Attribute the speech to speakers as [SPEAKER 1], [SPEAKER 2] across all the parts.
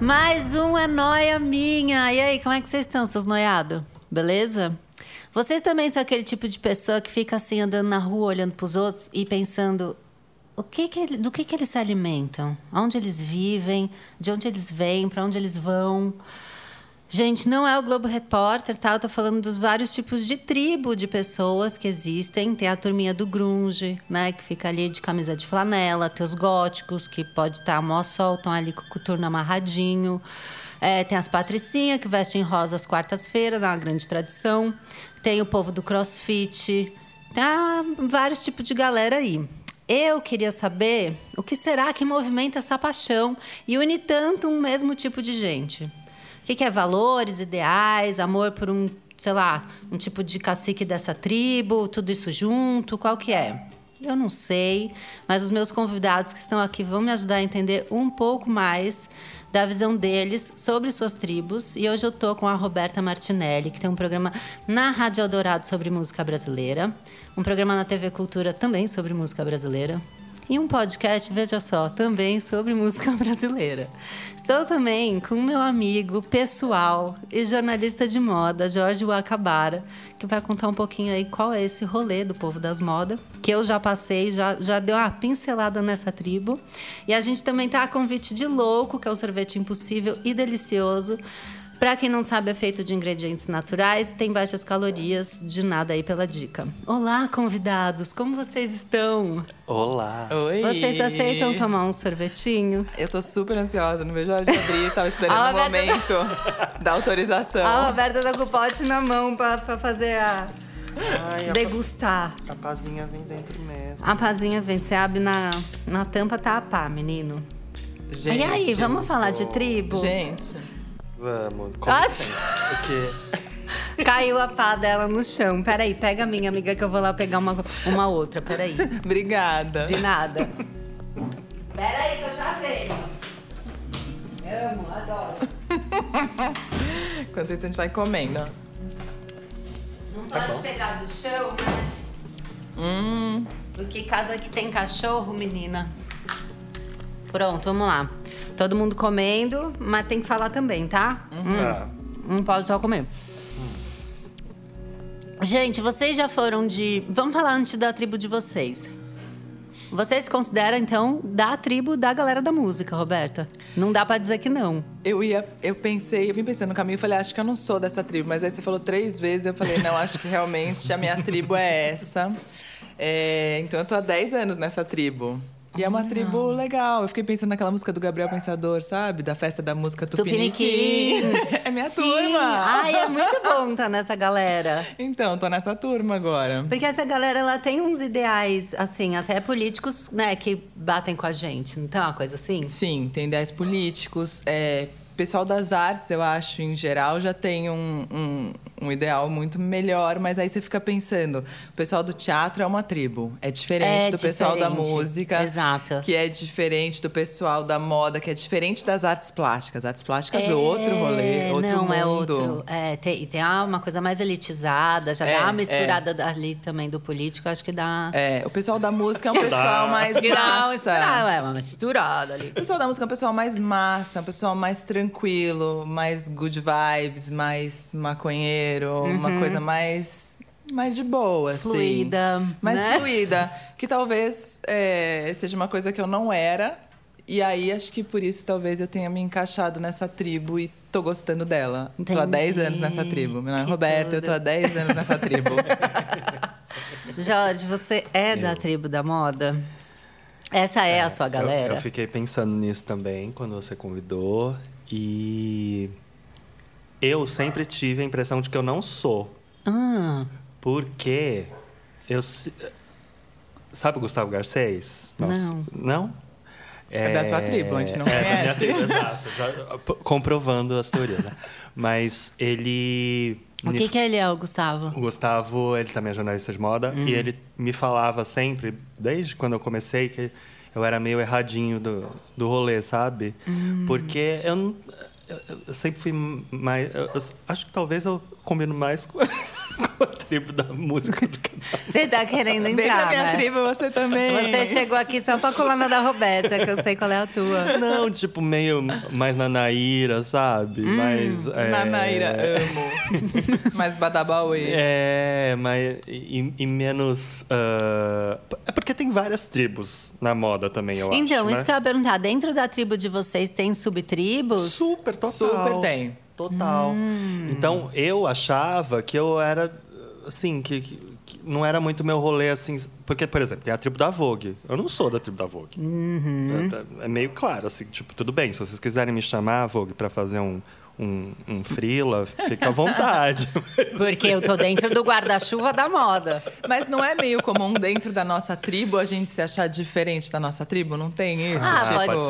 [SPEAKER 1] Mais um é noia minha. E aí, como é que vocês estão, seus noiados? Beleza? Vocês também são aquele tipo de pessoa que fica assim andando na rua, olhando pros outros e pensando o que que ele- do que, que eles se alimentam? Onde eles vivem? De onde eles vêm? Para onde eles vão? Gente, não é o Globo Repórter, tá? Eu tô falando dos vários tipos de tribo de pessoas que existem. Tem a turminha do grunge, né? Que fica ali de camisa de flanela. Tem os góticos, que pode estar tá mó sol, estão ali com o coturno amarradinho. É, tem as patricinhas, que vestem rosa às quartas-feiras, é uma grande tradição. Tem o povo do crossfit. Tá vários tipos de galera aí. Eu queria saber o que será que movimenta essa paixão e une tanto um mesmo tipo de gente. O que, que é valores, ideais, amor por um, sei lá, um tipo de cacique dessa tribo, tudo isso junto, qual que é? Eu não sei, mas os meus convidados que estão aqui vão me ajudar a entender um pouco mais da visão deles sobre suas tribos. E hoje eu tô com a Roberta Martinelli, que tem um programa na Rádio Eldorado sobre música brasileira, um programa na TV Cultura também sobre música brasileira. E um podcast, veja só, também sobre música brasileira. Estou também com meu amigo pessoal e jornalista de moda, Jorge Wakabara, que vai contar um pouquinho aí qual é esse rolê do povo das modas, que eu já passei, já, já deu uma pincelada nessa tribo. E a gente também tá a convite de louco, que é o sorvete impossível e delicioso. Para quem não sabe, é feito de ingredientes naturais, tem baixas calorias, de nada aí pela dica. Olá, convidados, como vocês estão?
[SPEAKER 2] Olá!
[SPEAKER 3] Oi!
[SPEAKER 1] Vocês aceitam tomar um sorvetinho?
[SPEAKER 3] Eu tô super ansiosa, não vejo a hora de abrir.
[SPEAKER 1] A
[SPEAKER 3] Tava esperando o
[SPEAKER 1] Roberta
[SPEAKER 3] momento da autorização.
[SPEAKER 1] A Roberta tá com o pote na mão pra, pra fazer a.
[SPEAKER 2] Ai, a,
[SPEAKER 1] degustar.
[SPEAKER 2] pa- a pazinha vem dentro mesmo.
[SPEAKER 1] A pazinha vem, você abre na, na tampa, tá a pá, menino.
[SPEAKER 3] Gente,
[SPEAKER 1] e aí, vamos falar de tribo?
[SPEAKER 3] Gente,
[SPEAKER 2] Vamos,
[SPEAKER 1] Ah,
[SPEAKER 2] como sempre. Porque
[SPEAKER 1] Caiu a pá dela no chão. Peraí, pega a minha amiga que eu vou lá pegar uma, uma outra. Peraí.
[SPEAKER 3] obrigada.
[SPEAKER 1] De nada. Peraí, que eu já venho. Amo, adoro.
[SPEAKER 3] Enquanto isso, a gente vai comendo.
[SPEAKER 1] Não pode pegar do chão, né?
[SPEAKER 3] Hum,
[SPEAKER 1] Porque casa que tem cachorro, menina. Pronto, vamos lá. Todo mundo comendo, mas tem que falar também, tá?
[SPEAKER 3] Uhum.
[SPEAKER 2] ah,
[SPEAKER 3] É.
[SPEAKER 1] Não pode só comer. Gente, vocês já foram de. Vamos falar antes da tribo de vocês. Vocês se consideram, então, da tribo da galera da música, Roberta? Não dá pra dizer que não.
[SPEAKER 3] eu ia, eu pensei, eu vim pensando no caminho e falei, "Ah, acho que eu não sou dessa tribo. Mas aí você falou três vezes, eu falei, não, acho que realmente a minha tribo é essa. É, então eu tô há 10 anos nessa tribo. E é uma tribo legal. Eu fiquei pensando naquela música do Gabriel Pensador, sabe? Da festa da música Tupiniquim.
[SPEAKER 1] Tupiniquim.
[SPEAKER 3] é minha
[SPEAKER 1] Sim.
[SPEAKER 3] turma.
[SPEAKER 1] Ai, é muito bom tá nessa galera.
[SPEAKER 3] Então, tô nessa turma agora.
[SPEAKER 1] Porque essa galera, ela tem uns ideais, assim, até políticos, né, que batem com a gente. Não tem uma coisa assim?
[SPEAKER 3] Sim, tem 10 políticos. É, pessoal das artes, eu acho, em geral, já tem um, um, um ideal muito melhor, mas aí você fica pensando: o pessoal do teatro é uma tribo. É diferente
[SPEAKER 1] É
[SPEAKER 3] do pessoal da
[SPEAKER 1] diferente,
[SPEAKER 3] música.
[SPEAKER 1] exato.
[SPEAKER 3] Que é diferente do pessoal da moda, que é diferente das artes plásticas. Artes plásticas,
[SPEAKER 1] É,
[SPEAKER 3] outro rolê, outro
[SPEAKER 1] não,
[SPEAKER 3] mundo.
[SPEAKER 1] é outro. É, tem, e tem uma coisa mais elitizada, já
[SPEAKER 3] É,
[SPEAKER 1] dá uma misturada ali também do político, acho que dá.
[SPEAKER 3] É, o pessoal da música é um
[SPEAKER 1] tá.
[SPEAKER 3] pessoal mais
[SPEAKER 1] Que dá uma
[SPEAKER 3] massa.
[SPEAKER 1] misturada, é uma misturada ali.
[SPEAKER 3] O pessoal da música é um pessoal mais massa, um pessoal mais tranquilo, mais good vibes, mais maconheiro,
[SPEAKER 1] Uhum.
[SPEAKER 3] uma coisa mais. Mais de boa, assim.
[SPEAKER 1] Fluida,
[SPEAKER 3] Mais
[SPEAKER 1] né?
[SPEAKER 3] fluida. Que talvez é, seja uma coisa que eu não era. E aí, acho que por isso, talvez eu tenha me encaixado nessa tribo e tô gostando dela. Tô há
[SPEAKER 1] Entendi.
[SPEAKER 3] 10 anos nessa tribo. Meu nome é
[SPEAKER 1] Que
[SPEAKER 3] Roberto, eu tô
[SPEAKER 1] tudo.
[SPEAKER 3] há 10 anos nessa tribo.
[SPEAKER 1] Jorge, você é da tribo da moda? Essa é, a sua galera?
[SPEAKER 2] Eu, eu fiquei pensando nisso também quando você convidou. E eu sempre tive a impressão de que eu não sou.
[SPEAKER 1] Ah,
[SPEAKER 2] Porque eu. se- Sabe o Gustavo Garcês?
[SPEAKER 1] Não.
[SPEAKER 2] Não?
[SPEAKER 3] É da sua tribo, a gente não
[SPEAKER 2] É da minha
[SPEAKER 3] conhece.
[SPEAKER 2] tribo, exato. Já, p- comprovando as teorias, né? Mas ele...
[SPEAKER 1] O que, que ele é, o Gustavo?
[SPEAKER 2] O Gustavo, ele também é jornalista de moda,
[SPEAKER 1] Uhum.
[SPEAKER 2] e ele me falava sempre, desde quando eu comecei, que eu era meio erradinho do, do rolê, sabe?
[SPEAKER 1] Hum.
[SPEAKER 2] Porque eu, não- eu- eu sempre fui mais. eu- eu acho que talvez eu combino mais com, com a tribo da música do que
[SPEAKER 1] Você tá querendo
[SPEAKER 3] Dentro da
[SPEAKER 1] entrar,
[SPEAKER 3] minha
[SPEAKER 1] né?
[SPEAKER 3] tribo você também.
[SPEAKER 1] Você chegou aqui só pra colar na da Roberta, que eu sei qual é a tua.
[SPEAKER 2] Não, tipo, meio mais na Naira, sabe?
[SPEAKER 1] Hum,
[SPEAKER 2] mais. é,
[SPEAKER 3] Nanaíra, amo. Mas Badabauê.
[SPEAKER 2] É, mas e, e menos. ah, é porque tem várias tribos na moda também, eu acho.
[SPEAKER 1] Então,
[SPEAKER 2] né?
[SPEAKER 1] isso que eu ia perguntar. Dentro da tribo de vocês tem subtribos?
[SPEAKER 2] Super, total.
[SPEAKER 3] Super tem. Hum.
[SPEAKER 2] Total. Então, eu achava que eu era, assim, que, que- que não era muito meu rolê, assim... Porque, por exemplo, tem a tribo da Vogue. Eu não sou da tribo da Vogue.
[SPEAKER 3] Uhum.
[SPEAKER 2] É, é meio claro, assim, tipo, tudo bem. Se vocês quiserem me chamar, Vogue, pra fazer um, um, um frila, fica à vontade.
[SPEAKER 1] Porque eu tô dentro do guarda-chuva da moda.
[SPEAKER 3] Mas não é meio comum dentro da nossa tribo a gente se achar diferente da nossa tribo? Não tem isso? Tipo,
[SPEAKER 1] Ah, pode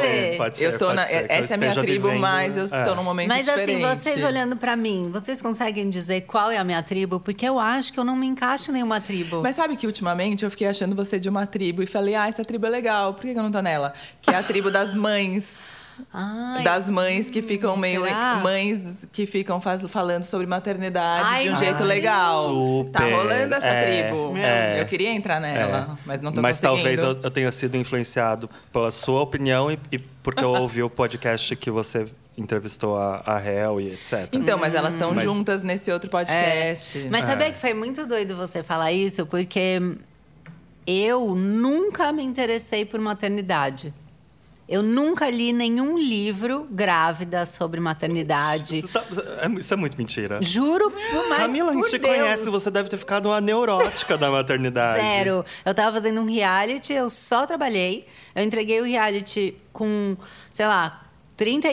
[SPEAKER 1] ser.
[SPEAKER 3] Eu tô
[SPEAKER 2] pode
[SPEAKER 3] na,
[SPEAKER 2] ser que eu
[SPEAKER 3] essa é a minha
[SPEAKER 2] esteja
[SPEAKER 3] tribo,
[SPEAKER 2] vivendo-
[SPEAKER 3] mas eu
[SPEAKER 2] é.
[SPEAKER 3] tô num momento
[SPEAKER 1] Mas assim,
[SPEAKER 3] diferente.
[SPEAKER 1] vocês olhando pra mim, vocês conseguem dizer qual é a minha tribo? Porque eu acho que eu não me encaixo em nenhuma tribo.
[SPEAKER 3] Mas sabe que ultimamente eu fiquei achando você de uma tribo e falei, ah, essa tribo é legal, por que que eu não tô nela? Que é a tribo das mães.
[SPEAKER 1] Ai, hum,
[SPEAKER 3] das mães que ficam meio.
[SPEAKER 1] será?
[SPEAKER 3] Mães que ficam faz- falando sobre maternidade
[SPEAKER 1] Ai,
[SPEAKER 3] de um
[SPEAKER 1] meu
[SPEAKER 3] jeito
[SPEAKER 1] Deus.
[SPEAKER 3] legal. Tá
[SPEAKER 2] Super,
[SPEAKER 3] rolando essa
[SPEAKER 2] é,
[SPEAKER 3] tribo.
[SPEAKER 2] é.
[SPEAKER 3] eu queria entrar nela, Ah, mas não tô
[SPEAKER 2] Mas
[SPEAKER 3] conseguindo.
[SPEAKER 2] talvez eu, eu tenha sido influenciado pela sua opinião e, e porque eu ouvi o podcast que você entrevistou a, a Hel e etc.
[SPEAKER 3] Então, mas elas estão
[SPEAKER 2] Mas-
[SPEAKER 3] juntas nesse outro
[SPEAKER 1] Hum. É.
[SPEAKER 3] podcast.
[SPEAKER 1] Mas sabia que foi muito doido você falar isso? Porque eu nunca me interessei por maternidade. Eu nunca li nenhum livro grávida sobre maternidade.
[SPEAKER 2] Isso, tá- é- isso é muito mentira.
[SPEAKER 1] Juro por mais
[SPEAKER 2] Camila, a
[SPEAKER 1] por
[SPEAKER 2] gente te
[SPEAKER 1] Deus.
[SPEAKER 2] conhece, você deve ter ficado uma neurótica da maternidade.
[SPEAKER 1] Zero. Eu tava fazendo um reality, eu só trabalhei. Eu entreguei o reality com, sei lá,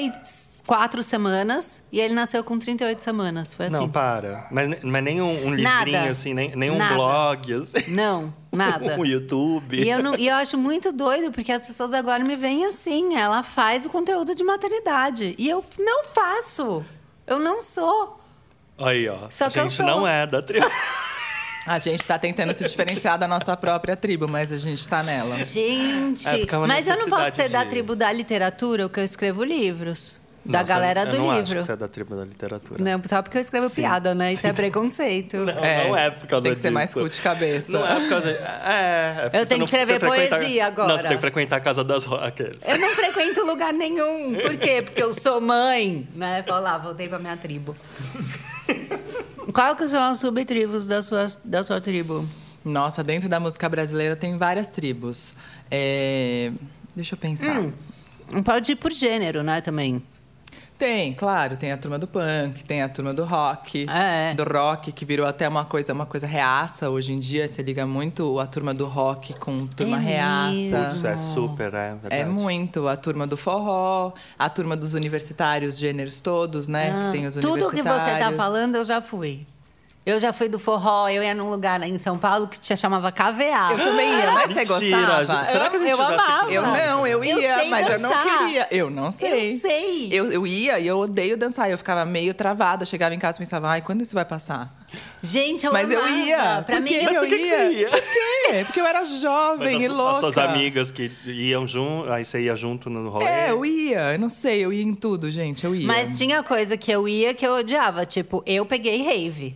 [SPEAKER 1] 34 semanas e ele nasceu com 38 semanas. Foi assim.
[SPEAKER 2] Não, tá para. Mas, ne- mas nem um, um
[SPEAKER 1] Nada.
[SPEAKER 2] livrinho, assim, nem, nem um
[SPEAKER 1] Nada.
[SPEAKER 2] blog, assim.
[SPEAKER 1] Não, nada.
[SPEAKER 2] Um YouTube.
[SPEAKER 1] E eu, não- e eu acho muito doido, porque as pessoas agora me veem assim. Ela faz o conteúdo de maternidade. E eu não faço. Eu não sou.
[SPEAKER 2] Aí, ó.
[SPEAKER 1] Só
[SPEAKER 2] a
[SPEAKER 1] que eu
[SPEAKER 2] gente
[SPEAKER 1] sou-
[SPEAKER 2] não é da tribo.
[SPEAKER 3] A gente tá tentando se diferenciar da nossa própria tribo, mas a gente tá nela.
[SPEAKER 1] Gente.
[SPEAKER 2] É, porque é uma
[SPEAKER 1] mas eu não posso ser
[SPEAKER 2] necessidade
[SPEAKER 1] da
[SPEAKER 2] de-
[SPEAKER 1] tribo da literatura, porque eu escrevo livros. Da
[SPEAKER 2] Nossa,
[SPEAKER 1] galera
[SPEAKER 2] eu
[SPEAKER 1] do
[SPEAKER 2] não acho
[SPEAKER 1] livro.
[SPEAKER 2] que você é da tribo da literatura.
[SPEAKER 1] Não, só porque eu escrevo piada, né? Isso é preconceito.
[SPEAKER 2] Não, não é por causa
[SPEAKER 3] Tem que ser mais
[SPEAKER 2] disso.
[SPEAKER 3] cu de cabeça.
[SPEAKER 2] Não é por causa. É. é
[SPEAKER 1] tenho
[SPEAKER 2] porque você
[SPEAKER 1] que
[SPEAKER 2] não-
[SPEAKER 1] escrever
[SPEAKER 2] você frequenta-
[SPEAKER 1] poesia agora. É
[SPEAKER 2] Não, você tem que frequentar a casa das rockers.
[SPEAKER 1] Eu não frequento lugar nenhum. Por quê? Porque eu sou mãe, né? Olha lá, voltei pra minha tribo. Qual que são as subtribos da sua, da sua tribo?
[SPEAKER 3] Nossa, dentro da música brasileira tem várias tribos. É, Deixa eu pensar.
[SPEAKER 1] Hum. Não Pode ir por gênero, né, também.
[SPEAKER 3] Tem, claro, tem a turma do punk, tem a turma do rock,
[SPEAKER 1] É.
[SPEAKER 3] do rock que virou até uma coisa, uma coisa reaça hoje em dia. Você liga muito a turma do rock com turma
[SPEAKER 1] É
[SPEAKER 3] reaça.
[SPEAKER 2] Isso é super, é verdade.
[SPEAKER 3] É muito a turma do forró, a turma dos universitários, gêneros todos,
[SPEAKER 1] É,
[SPEAKER 3] né? que tem os
[SPEAKER 1] Ah, Tudo que você tá
[SPEAKER 3] universitários.
[SPEAKER 1] falando, eu já fui. Eu já fui do forró, eu ia num lugar lá em São Paulo que te chamava
[SPEAKER 3] Eu
[SPEAKER 1] KVA.
[SPEAKER 3] também ia, mas você
[SPEAKER 2] Mentira,
[SPEAKER 3] gostava?
[SPEAKER 2] gente. Será que a gente
[SPEAKER 1] Eu
[SPEAKER 2] já se
[SPEAKER 1] amava.
[SPEAKER 2] equivocou?
[SPEAKER 3] Eu não, eu
[SPEAKER 1] Eu
[SPEAKER 3] ia,
[SPEAKER 1] sei
[SPEAKER 3] mas eu não
[SPEAKER 1] dançar.
[SPEAKER 3] queria. Eu não sei.
[SPEAKER 1] Eu sei.
[SPEAKER 3] Eu, eu ia e eu odeio dançar. Eu ficava meio travada. Eu chegava em casa e pensava, ai, quando isso vai passar?
[SPEAKER 1] Gente, eu
[SPEAKER 3] mas eu
[SPEAKER 1] amava.
[SPEAKER 3] ia.
[SPEAKER 1] Pra
[SPEAKER 3] Por
[SPEAKER 1] mim, assim.
[SPEAKER 3] quê?
[SPEAKER 2] Mas
[SPEAKER 3] eu
[SPEAKER 2] por que que você ia?
[SPEAKER 3] Por quê? Porque eu era
[SPEAKER 2] Mas
[SPEAKER 3] jovem
[SPEAKER 2] as,
[SPEAKER 3] e
[SPEAKER 2] as
[SPEAKER 3] louca.
[SPEAKER 2] suas amigas que iam junto, aí você ia junto no rolê.
[SPEAKER 3] É, eu ia. Eu não sei, eu ia em tudo, gente. Eu ia.
[SPEAKER 1] Mas tinha coisa que eu ia que eu odiava. Tipo, eu peguei rave.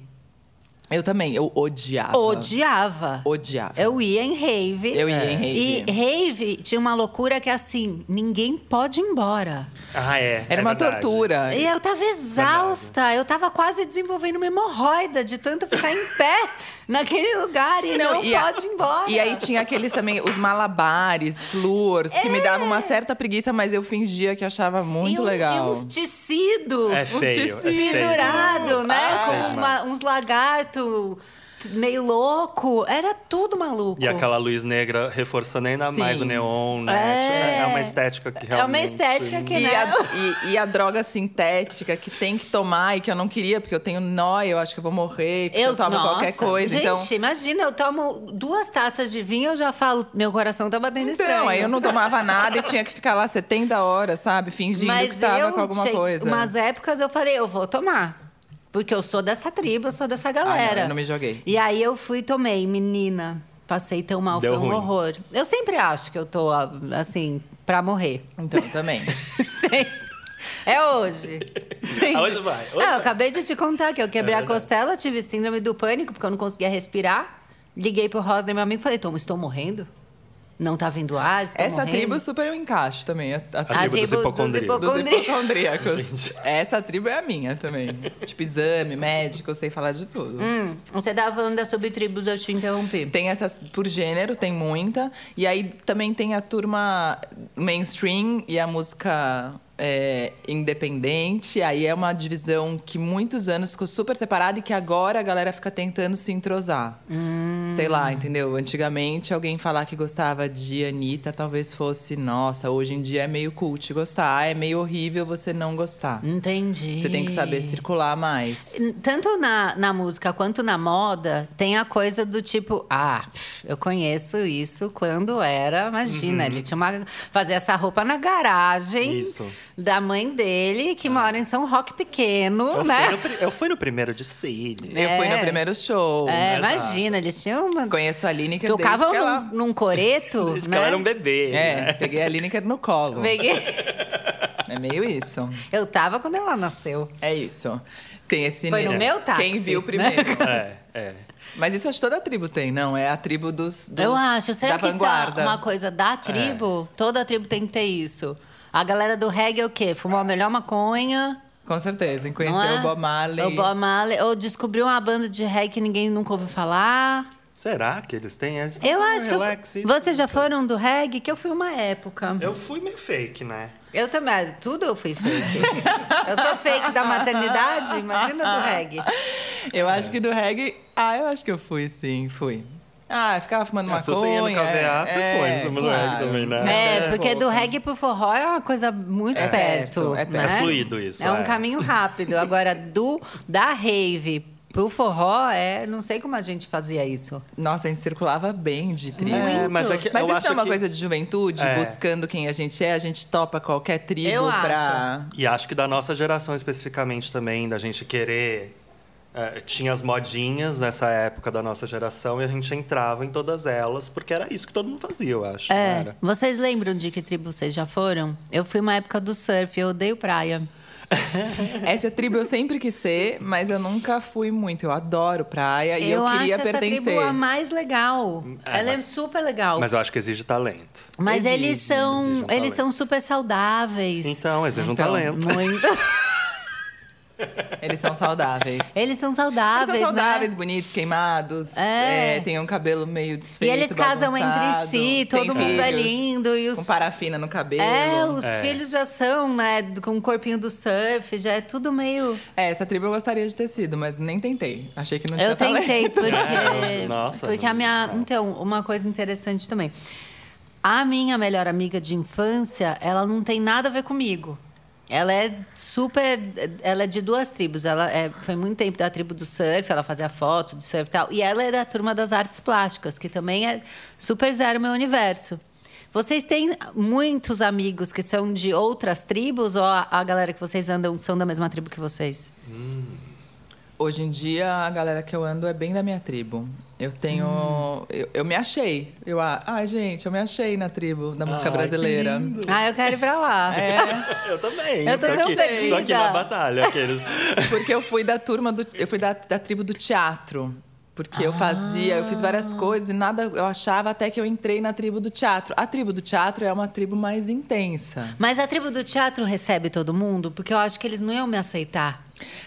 [SPEAKER 3] eu também, eu odiava.
[SPEAKER 1] Odiava.
[SPEAKER 3] Odiava.
[SPEAKER 1] Eu ia em rave.
[SPEAKER 3] Ah, tá. Eu
[SPEAKER 2] É.
[SPEAKER 3] ia em rave.
[SPEAKER 1] E rave tinha uma loucura que é assim, ninguém pode ir embora.
[SPEAKER 2] Ah, é.
[SPEAKER 3] Era
[SPEAKER 2] é
[SPEAKER 3] uma
[SPEAKER 2] verdade.
[SPEAKER 3] tortura.
[SPEAKER 1] E eu tava exausta, eu tava quase desenvolvendo uma hemorroida de tanto ficar em pé naquele lugar e não,
[SPEAKER 3] a-
[SPEAKER 1] pode ir embora.
[SPEAKER 3] E aí tinha aqueles também, os malabares, flores, que me davam uma certa preguiça, mas eu fingia que achava muito
[SPEAKER 1] É. E um-
[SPEAKER 3] legal.
[SPEAKER 1] E uns tecidos
[SPEAKER 2] É feio. É feio.
[SPEAKER 1] pendurados, né?
[SPEAKER 2] Ah,
[SPEAKER 1] Com
[SPEAKER 2] feio
[SPEAKER 1] uma- uns lagarto meio louco. Era tudo maluco.
[SPEAKER 2] E aquela luz negra reforçando ainda
[SPEAKER 3] Sim.
[SPEAKER 2] mais o neon, né?
[SPEAKER 1] É.
[SPEAKER 2] É uma estética que
[SPEAKER 1] É
[SPEAKER 2] realmente...
[SPEAKER 1] uma estética que-
[SPEAKER 3] E
[SPEAKER 1] né?
[SPEAKER 3] a, e- e a droga sintética que tem que tomar e que eu não queria, porque eu tenho nóia, eu acho que eu vou morrer, que se eu tomo
[SPEAKER 1] nossa,
[SPEAKER 3] qualquer coisa.
[SPEAKER 1] Gente,
[SPEAKER 3] então,
[SPEAKER 1] imagina, eu tomo duas taças de vinho, eu já falo, meu coração tá batendo estranho.
[SPEAKER 3] então, aí eu não tomava nada e tinha que ficar lá 70 horas, sabe? Fingindo que tava com alguma
[SPEAKER 1] che-
[SPEAKER 3] coisa.
[SPEAKER 1] Umas épocas eu falei, eu vou tomar. Porque eu sou dessa tribo, eu sou dessa galera.
[SPEAKER 3] Ah, não, eu não me joguei.
[SPEAKER 1] E aí eu fui e tomei, menina. Passei tão mal,
[SPEAKER 2] Deu
[SPEAKER 1] foi um
[SPEAKER 2] ruim.
[SPEAKER 1] horror. Eu sempre acho que eu tô, ah, assim, pra morrer.
[SPEAKER 3] Então, também.
[SPEAKER 1] Sempre. É hoje. Sempre.
[SPEAKER 2] Hoje vai, hoje
[SPEAKER 1] Ah, eu
[SPEAKER 2] vai.
[SPEAKER 1] acabei de te contar que eu quebrei
[SPEAKER 2] É
[SPEAKER 1] a
[SPEAKER 2] verdade.
[SPEAKER 1] costela, tive síndrome do pânico, porque eu não conseguia respirar. Liguei pro Rosner, meu amigo, e falei, Tom, estou morrendo? Não tá vindo ar, estou
[SPEAKER 3] Essa
[SPEAKER 1] morrendo.
[SPEAKER 3] tribo super eu encaixo também. A, a
[SPEAKER 2] A tribo dos hipocondríacos.
[SPEAKER 3] dos
[SPEAKER 1] hipocondríacos.
[SPEAKER 3] hipocondríacos. Essa tribo é a minha também. tipo, exame, médico, eu sei falar de tudo.
[SPEAKER 1] Hum, você tava falando da subtribos, eu te interrompi.
[SPEAKER 3] Tem essas por gênero, tem muita. E aí também tem a turma mainstream e a música é, independente. Aí é uma divisão que muitos anos ficou super separada e que agora a galera fica tentando se entrosar. Sei lá, entendeu? Antigamente alguém falar que gostava de Anitta talvez fosse, nossa, hoje em dia é meio cult gostar, é meio horrível você não gostar.
[SPEAKER 1] Entendi.
[SPEAKER 3] Você tem que saber circular mais.
[SPEAKER 1] Tanto na, na música quanto na moda, tem a coisa do tipo, ah, pff, eu conheço isso quando era. Imagina, ele tinha uma. Fazia essa roupa na garagem
[SPEAKER 2] Isso.
[SPEAKER 1] da mãe dele, que mora em São Roque Pequeno,
[SPEAKER 2] Eu,
[SPEAKER 1] né?
[SPEAKER 2] fui no, pri- eu fui no primeiro de Cine.
[SPEAKER 3] Eu fui no
[SPEAKER 1] É.
[SPEAKER 3] primeiro show.
[SPEAKER 1] É,
[SPEAKER 2] Exato.
[SPEAKER 1] imagina, eles tinham uma.
[SPEAKER 3] Conheço a Lineker desde
[SPEAKER 1] Tocavam
[SPEAKER 3] né? que ela...
[SPEAKER 1] num, num coreto.
[SPEAKER 2] Desde que
[SPEAKER 1] né?
[SPEAKER 2] ela era um bebê. né?
[SPEAKER 3] É, peguei a Lineker no colo.
[SPEAKER 1] Peguei-
[SPEAKER 3] É meio isso.
[SPEAKER 1] Eu tava quando ela nasceu.
[SPEAKER 3] É isso. Tem esse...
[SPEAKER 1] Foi no meu táxi,
[SPEAKER 3] Quem viu
[SPEAKER 1] né?
[SPEAKER 3] primeiro.
[SPEAKER 2] É, é.
[SPEAKER 3] Mas isso acho que toda tribo tem, não? É a tribo dos... dos-
[SPEAKER 1] Eu acho. Será
[SPEAKER 3] da
[SPEAKER 1] que isso é
[SPEAKER 3] vanguarda.
[SPEAKER 1] uma coisa da tribo? Toda tribo tem que ter isso. A galera do reggae é o quê? Fumou a melhor maconha.
[SPEAKER 3] Com certeza. Em
[SPEAKER 1] não
[SPEAKER 3] conhecer
[SPEAKER 1] é?
[SPEAKER 3] o Bob Marley.
[SPEAKER 1] O Bob Marley. Ou descobriu uma banda de reggae que ninguém nunca ouviu falar.
[SPEAKER 2] Será que eles têm essa?
[SPEAKER 1] Eu
[SPEAKER 2] Ah,
[SPEAKER 1] acho
[SPEAKER 2] relax,
[SPEAKER 1] que.
[SPEAKER 2] isso.
[SPEAKER 1] Eu... Vocês já foram do reggae? Que eu fui uma época. Eu,
[SPEAKER 2] Eu fui meio fake, né?
[SPEAKER 1] também. mas Tudo eu fui fake. eu sou fake da maternidade?
[SPEAKER 3] Ah.
[SPEAKER 1] Imagina do reggae.
[SPEAKER 3] Eu acho que do reggae... Ah, eu acho que eu fui, sim. Fui. Ah, eu ficava fumando
[SPEAKER 2] Ah, se
[SPEAKER 3] maconha.
[SPEAKER 2] você ia no KVA, você
[SPEAKER 3] é,
[SPEAKER 2] foi no
[SPEAKER 3] claro.
[SPEAKER 2] reggae também, né?
[SPEAKER 1] É, porque do
[SPEAKER 3] pouco.
[SPEAKER 1] reggae pro forró é uma coisa muito
[SPEAKER 3] É
[SPEAKER 1] perto.
[SPEAKER 3] perto,
[SPEAKER 1] né?
[SPEAKER 3] é
[SPEAKER 2] perto. É fluido isso,
[SPEAKER 1] É um
[SPEAKER 2] é.
[SPEAKER 1] caminho rápido. Agora, do da rave pro forró, é. Não sei como a gente fazia isso.
[SPEAKER 3] Nossa, a gente circulava bem de tribo.
[SPEAKER 2] É, mas é que
[SPEAKER 3] Mas
[SPEAKER 2] eu
[SPEAKER 3] isso
[SPEAKER 2] acho
[SPEAKER 3] não é uma
[SPEAKER 2] que...
[SPEAKER 3] coisa de juventude,
[SPEAKER 2] É.
[SPEAKER 3] buscando quem a gente é, a gente topa qualquer tribo
[SPEAKER 1] Eu
[SPEAKER 3] pra.
[SPEAKER 2] E acho que da nossa geração especificamente também, da gente querer. eh, tinha as modinhas nessa época da nossa geração e a gente entrava em todas elas, porque era isso que todo mundo fazia, eu acho. não
[SPEAKER 1] É.
[SPEAKER 2] era?
[SPEAKER 1] Vocês lembram de que tribo vocês já foram? Eu fui uma época do surf, eu odeio praia.
[SPEAKER 3] Essa tribo eu sempre quis ser, mas eu nunca fui muito. Eu adoro praia e eu
[SPEAKER 1] acho
[SPEAKER 3] queria
[SPEAKER 1] essa
[SPEAKER 3] pertencer.
[SPEAKER 1] tribo a mais legal.
[SPEAKER 2] É,
[SPEAKER 1] Ela
[SPEAKER 2] mas-
[SPEAKER 1] é super legal. Mas,
[SPEAKER 2] Mas eu acho que exige talento.
[SPEAKER 3] exige,
[SPEAKER 1] eles são,
[SPEAKER 2] exige um
[SPEAKER 1] eles
[SPEAKER 2] talento.
[SPEAKER 1] são super saudáveis.
[SPEAKER 2] Então, exige um
[SPEAKER 3] Então,
[SPEAKER 2] talento.
[SPEAKER 1] Muito.
[SPEAKER 3] Eles são saudáveis.
[SPEAKER 1] Eles são
[SPEAKER 3] Eles
[SPEAKER 1] saudáveis,
[SPEAKER 3] são saudáveis,
[SPEAKER 1] né?
[SPEAKER 3] bonitos, queimados,
[SPEAKER 1] É.
[SPEAKER 3] é, têm um cabelo meio
[SPEAKER 1] E
[SPEAKER 3] desfeito.
[SPEAKER 1] eles casam entre
[SPEAKER 3] bagunçado,
[SPEAKER 1] si,
[SPEAKER 3] têm
[SPEAKER 1] todo mundo é
[SPEAKER 3] filhos
[SPEAKER 1] lindo e
[SPEAKER 3] Com
[SPEAKER 1] os
[SPEAKER 3] parafina no cabelo.
[SPEAKER 1] É, os
[SPEAKER 2] É.
[SPEAKER 1] filhos já são, né, com o corpinho do surf, já é tudo meio
[SPEAKER 3] É, essa tribo eu gostaria de ter sido, mas nem tentei. Achei que não tinha
[SPEAKER 1] Eu tentei,
[SPEAKER 3] talento.
[SPEAKER 1] porque.
[SPEAKER 2] É, nossa,
[SPEAKER 1] porque a
[SPEAKER 2] não-
[SPEAKER 1] minha.
[SPEAKER 2] não.
[SPEAKER 1] Então, uma coisa interessante também. A minha melhor amiga de infância, ela não tem nada a ver comigo. Ela é super. Ela é de duas tribos. Ela é- foi muito tempo da tribo do surf, ela fazia foto de surf e tal. E ela é da turma das artes plásticas, que também é super zero meu universo. Vocês têm muitos amigos que são de outras tribos ou a, a galera que vocês andam são da mesma tribo que vocês?
[SPEAKER 3] Hoje em dia, a galera que eu ando é bem da minha tribo. Eu tenho.
[SPEAKER 1] Hum.
[SPEAKER 3] Eu, eu me achei. Eu, a- ai, gente, eu me achei na tribo da música
[SPEAKER 2] Ai, que
[SPEAKER 3] brasileira.
[SPEAKER 2] lindo.
[SPEAKER 1] Ah, eu quero ir pra lá.
[SPEAKER 2] Eu também.
[SPEAKER 1] Eu tô tão
[SPEAKER 2] aqui,
[SPEAKER 1] perdida.
[SPEAKER 2] Tô aqui na batalha. Aqueles...
[SPEAKER 3] Porque eu fui da turma do. Eu fui da, da tribo do teatro. Porque eu fazia, eu fiz
[SPEAKER 1] Ah.
[SPEAKER 3] várias coisas e nada eu achava até que eu entrei na tribo do teatro. A tribo do teatro é uma tribo mais intensa.
[SPEAKER 1] Mas a tribo do teatro recebe todo mundo? Porque eu acho que eles não iam me aceitar.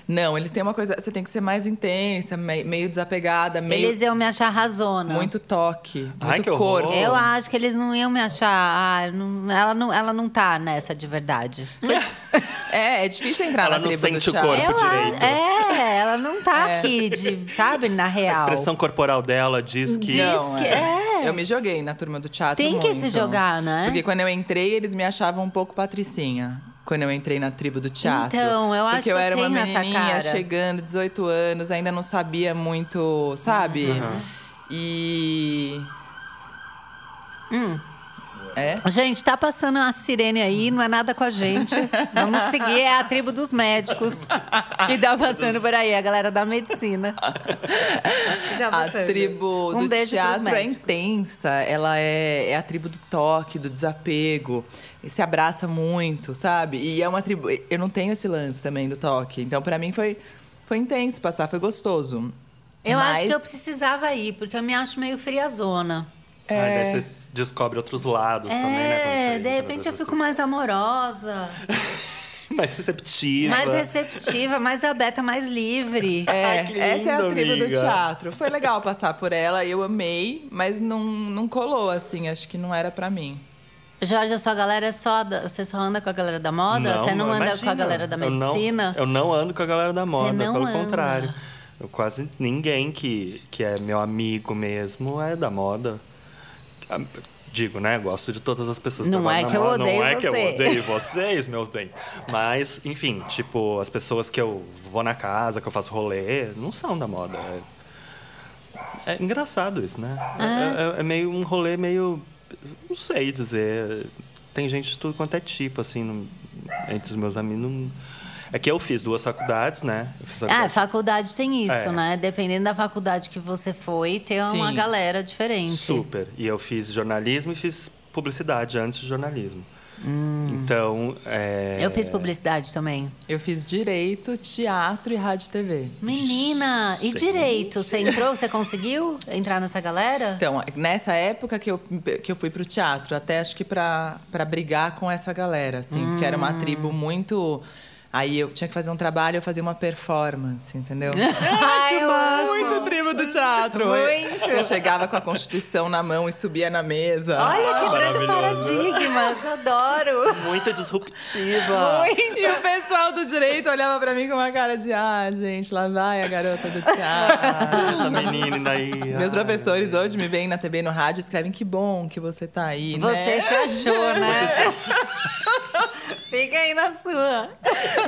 [SPEAKER 3] Não, eles têm uma coisa. Você tem que ser mais intensa, mei- meio desapegada, meio.
[SPEAKER 1] Eles iam me achar razona.
[SPEAKER 3] Muito toque, muito
[SPEAKER 2] Ai, que horror.
[SPEAKER 3] corpo.
[SPEAKER 1] Eu acho que eles não iam me achar. Ah, não- ela, não, ela não tá nessa de verdade.
[SPEAKER 3] É, é difícil entrar
[SPEAKER 2] Ela
[SPEAKER 3] na
[SPEAKER 2] não
[SPEAKER 3] tribo
[SPEAKER 2] sente
[SPEAKER 3] do
[SPEAKER 2] o
[SPEAKER 3] chá.
[SPEAKER 2] corpo.
[SPEAKER 1] Ela,
[SPEAKER 2] direito.
[SPEAKER 1] é, ela não tá aqui, de, sabe, na
[SPEAKER 2] A
[SPEAKER 1] real.
[SPEAKER 2] expressão corporal dela diz que. ah,
[SPEAKER 1] Diz
[SPEAKER 3] Não,
[SPEAKER 1] que- é.
[SPEAKER 3] Eu me joguei na turma do teatro
[SPEAKER 1] Tem que
[SPEAKER 3] muito.
[SPEAKER 1] se jogar, né?
[SPEAKER 3] Porque quando eu entrei, eles me achavam um pouco patricinha. Quando eu entrei na tribo do teatro.
[SPEAKER 1] Então, eu acho
[SPEAKER 3] Porque eu
[SPEAKER 1] que eu
[SPEAKER 3] era uma
[SPEAKER 1] tenho essa
[SPEAKER 3] menininha
[SPEAKER 1] cara.
[SPEAKER 3] chegando, 18 anos, ainda não sabia muito, sabe? E...
[SPEAKER 1] Hum.
[SPEAKER 3] É?
[SPEAKER 1] Gente, tá passando a sirene aí, não é nada com a gente. Vamos seguir, é a tribo dos médicos que tá passando por aí, a galera da medicina. Que tá
[SPEAKER 3] A
[SPEAKER 1] passando.
[SPEAKER 3] tribo
[SPEAKER 1] Um
[SPEAKER 3] do
[SPEAKER 1] beijo pros
[SPEAKER 3] teatro é
[SPEAKER 1] médicos.
[SPEAKER 3] intensa, ela é, é a tribo do toque, do desapego, e se abraça muito, sabe? E é uma tribo. Eu não tenho esse lance também do toque, então pra mim foi, foi intenso passar, foi gostoso.
[SPEAKER 1] Eu
[SPEAKER 3] Mas-
[SPEAKER 1] acho que eu precisava ir, porque eu me acho meio friazona.
[SPEAKER 2] Ah, daí você descobre outros lados também, né? quando você assim.
[SPEAKER 1] É, de
[SPEAKER 2] entra
[SPEAKER 1] repente eu
[SPEAKER 2] nessas-
[SPEAKER 1] fico mais amorosa,
[SPEAKER 2] mais receptiva.
[SPEAKER 1] mais receptiva, mais aberta, mais livre.
[SPEAKER 3] É,
[SPEAKER 2] Ai, que
[SPEAKER 3] essa é a
[SPEAKER 2] lindo,
[SPEAKER 3] tribo do
[SPEAKER 2] amiga.
[SPEAKER 3] teatro. Foi legal passar por ela, eu amei, mas não, não colou assim, acho que não era pra mim.
[SPEAKER 1] Jorge, a sua galera é só. Da... Você só anda com a galera da moda? você não anda com
[SPEAKER 2] imagina.
[SPEAKER 1] a galera da
[SPEAKER 2] Eu não-
[SPEAKER 1] medicina?
[SPEAKER 2] Eu não, ando com a galera da moda,
[SPEAKER 1] não
[SPEAKER 2] pelo
[SPEAKER 1] anda.
[SPEAKER 2] contrário. Eu quase ninguém que, que é meu amigo mesmo é da moda. Ah, Digo, né? Gosto de todas as pessoas
[SPEAKER 1] Não
[SPEAKER 2] trabalham
[SPEAKER 1] é
[SPEAKER 2] na
[SPEAKER 1] que eu
[SPEAKER 2] moda,
[SPEAKER 1] odeio
[SPEAKER 2] Não é que
[SPEAKER 1] você.
[SPEAKER 2] eu odeio vocês, meu bem. Mas, enfim, tipo, as pessoas que eu vou na casa, que eu faço rolê, não são da moda. É, é engraçado isso, né?
[SPEAKER 1] Ah.
[SPEAKER 2] É, é- é meio um rolê meio. Não sei dizer. Tem gente de tudo quanto é tipo, assim, no- entre os meus amigos. não- É que eu fiz duas faculdades, né? Eu fiz
[SPEAKER 1] Ah,
[SPEAKER 2] faculdade-
[SPEAKER 1] faculdade tem isso,
[SPEAKER 2] É.
[SPEAKER 1] né? Dependendo da faculdade que você foi, tem uma
[SPEAKER 3] Sim.
[SPEAKER 1] galera diferente.
[SPEAKER 2] Super. E eu fiz jornalismo e fiz publicidade antes de jornalismo. Então. é-
[SPEAKER 1] Hum. Eu fiz publicidade também.
[SPEAKER 3] Eu fiz direito, teatro e rádio e TV.
[SPEAKER 1] Menina, e
[SPEAKER 2] Gente.
[SPEAKER 1] direito? Você entrou? Você conseguiu entrar nessa galera?
[SPEAKER 3] Então, nessa época que eu, que eu fui pro teatro, até acho que pra, pra brigar com essa galera, assim, porque era uma tribo muito. Aí eu tinha que fazer um trabalho, eu fazia uma performance, entendeu?
[SPEAKER 1] Ai, eu amo.
[SPEAKER 3] É Muito tribo do teatro!
[SPEAKER 1] Muito.
[SPEAKER 3] Eu chegava com a Constituição na mão e subia na mesa.
[SPEAKER 1] Olha, quebrando
[SPEAKER 2] maravilhoso.
[SPEAKER 1] paradigmas, adoro.
[SPEAKER 2] Muito disruptiva.
[SPEAKER 3] E o pessoal do direito olhava pra mim com uma cara de: ah, gente, lá vai a garota do teatro.
[SPEAKER 2] Essa menina aí.
[SPEAKER 3] Meus
[SPEAKER 2] ai.
[SPEAKER 3] professores hoje me veem na TV, no rádio, escrevem que bom que você tá aí,
[SPEAKER 1] Você
[SPEAKER 3] né?
[SPEAKER 1] se achou, né? Fica aí na sua.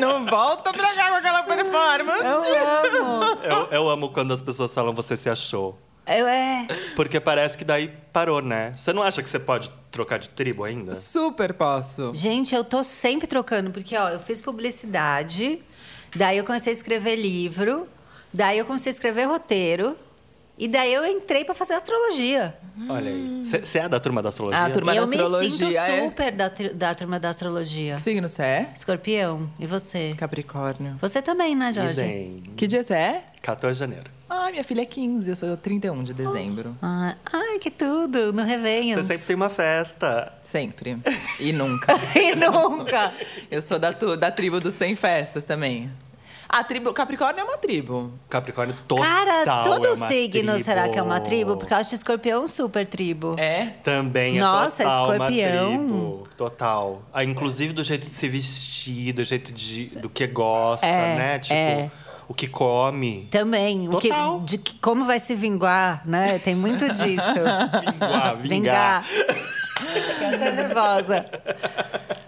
[SPEAKER 3] Não volta pra cá com aquela performance.
[SPEAKER 1] Eu amo.
[SPEAKER 2] Eu, eu amo quando as pessoas falam você se achou.
[SPEAKER 1] Eu é.
[SPEAKER 2] Porque parece que daí parou, né? Você não acha que você pode trocar de tribo ainda?
[SPEAKER 3] Super posso.
[SPEAKER 1] Gente, eu tô sempre trocando, porque ó, eu fiz publicidade, daí eu comecei a escrever livro, daí eu comecei a escrever roteiro, e daí eu entrei pra fazer astrologia.
[SPEAKER 2] Olha
[SPEAKER 1] Hum.
[SPEAKER 2] aí. Você você é da turma da astrologia?
[SPEAKER 3] Ah, a turma-
[SPEAKER 1] eu
[SPEAKER 3] da
[SPEAKER 1] me sinto
[SPEAKER 3] astrologia, é?
[SPEAKER 1] super da, tri- da turma da astrologia.
[SPEAKER 3] Que signo você é?
[SPEAKER 1] Escorpião, e você?
[SPEAKER 3] Capricórnio.
[SPEAKER 1] Você também, né,
[SPEAKER 2] E
[SPEAKER 1] Jorge?
[SPEAKER 2] bem,
[SPEAKER 3] Que dia você é?
[SPEAKER 2] 14 de janeiro.
[SPEAKER 3] Ah, minha filha é 15, eu sou 31 de dezembro.
[SPEAKER 1] Ah, ai, que tudo, no Revenho. né?
[SPEAKER 2] Você sempre tem uma festa.
[SPEAKER 3] Sempre. E nunca.
[SPEAKER 1] E nunca.
[SPEAKER 3] Eu sou da, tu- da tribo dos sem festas também. A tribo. Capricórnio é uma tribo.
[SPEAKER 2] Capricórnio total
[SPEAKER 1] Cara,
[SPEAKER 2] é
[SPEAKER 1] todo
[SPEAKER 2] uma
[SPEAKER 1] signo
[SPEAKER 2] tribo.
[SPEAKER 1] será que é uma tribo? Porque eu acho escorpião super tribo.
[SPEAKER 3] É?
[SPEAKER 2] Também é
[SPEAKER 1] Nossa,
[SPEAKER 2] total
[SPEAKER 1] escorpião.
[SPEAKER 2] uma tribo. Total. Ah, inclusive do jeito de se vestir, do jeito de, do que gosta,
[SPEAKER 1] É,
[SPEAKER 2] né? Tipo,
[SPEAKER 1] é.
[SPEAKER 2] o que come.
[SPEAKER 1] Também. O que,
[SPEAKER 2] Total.
[SPEAKER 1] de que- como vai se vingar, né? Tem muito disso.
[SPEAKER 2] Vingar, vingar.
[SPEAKER 1] vingar. Eu tô nervosa.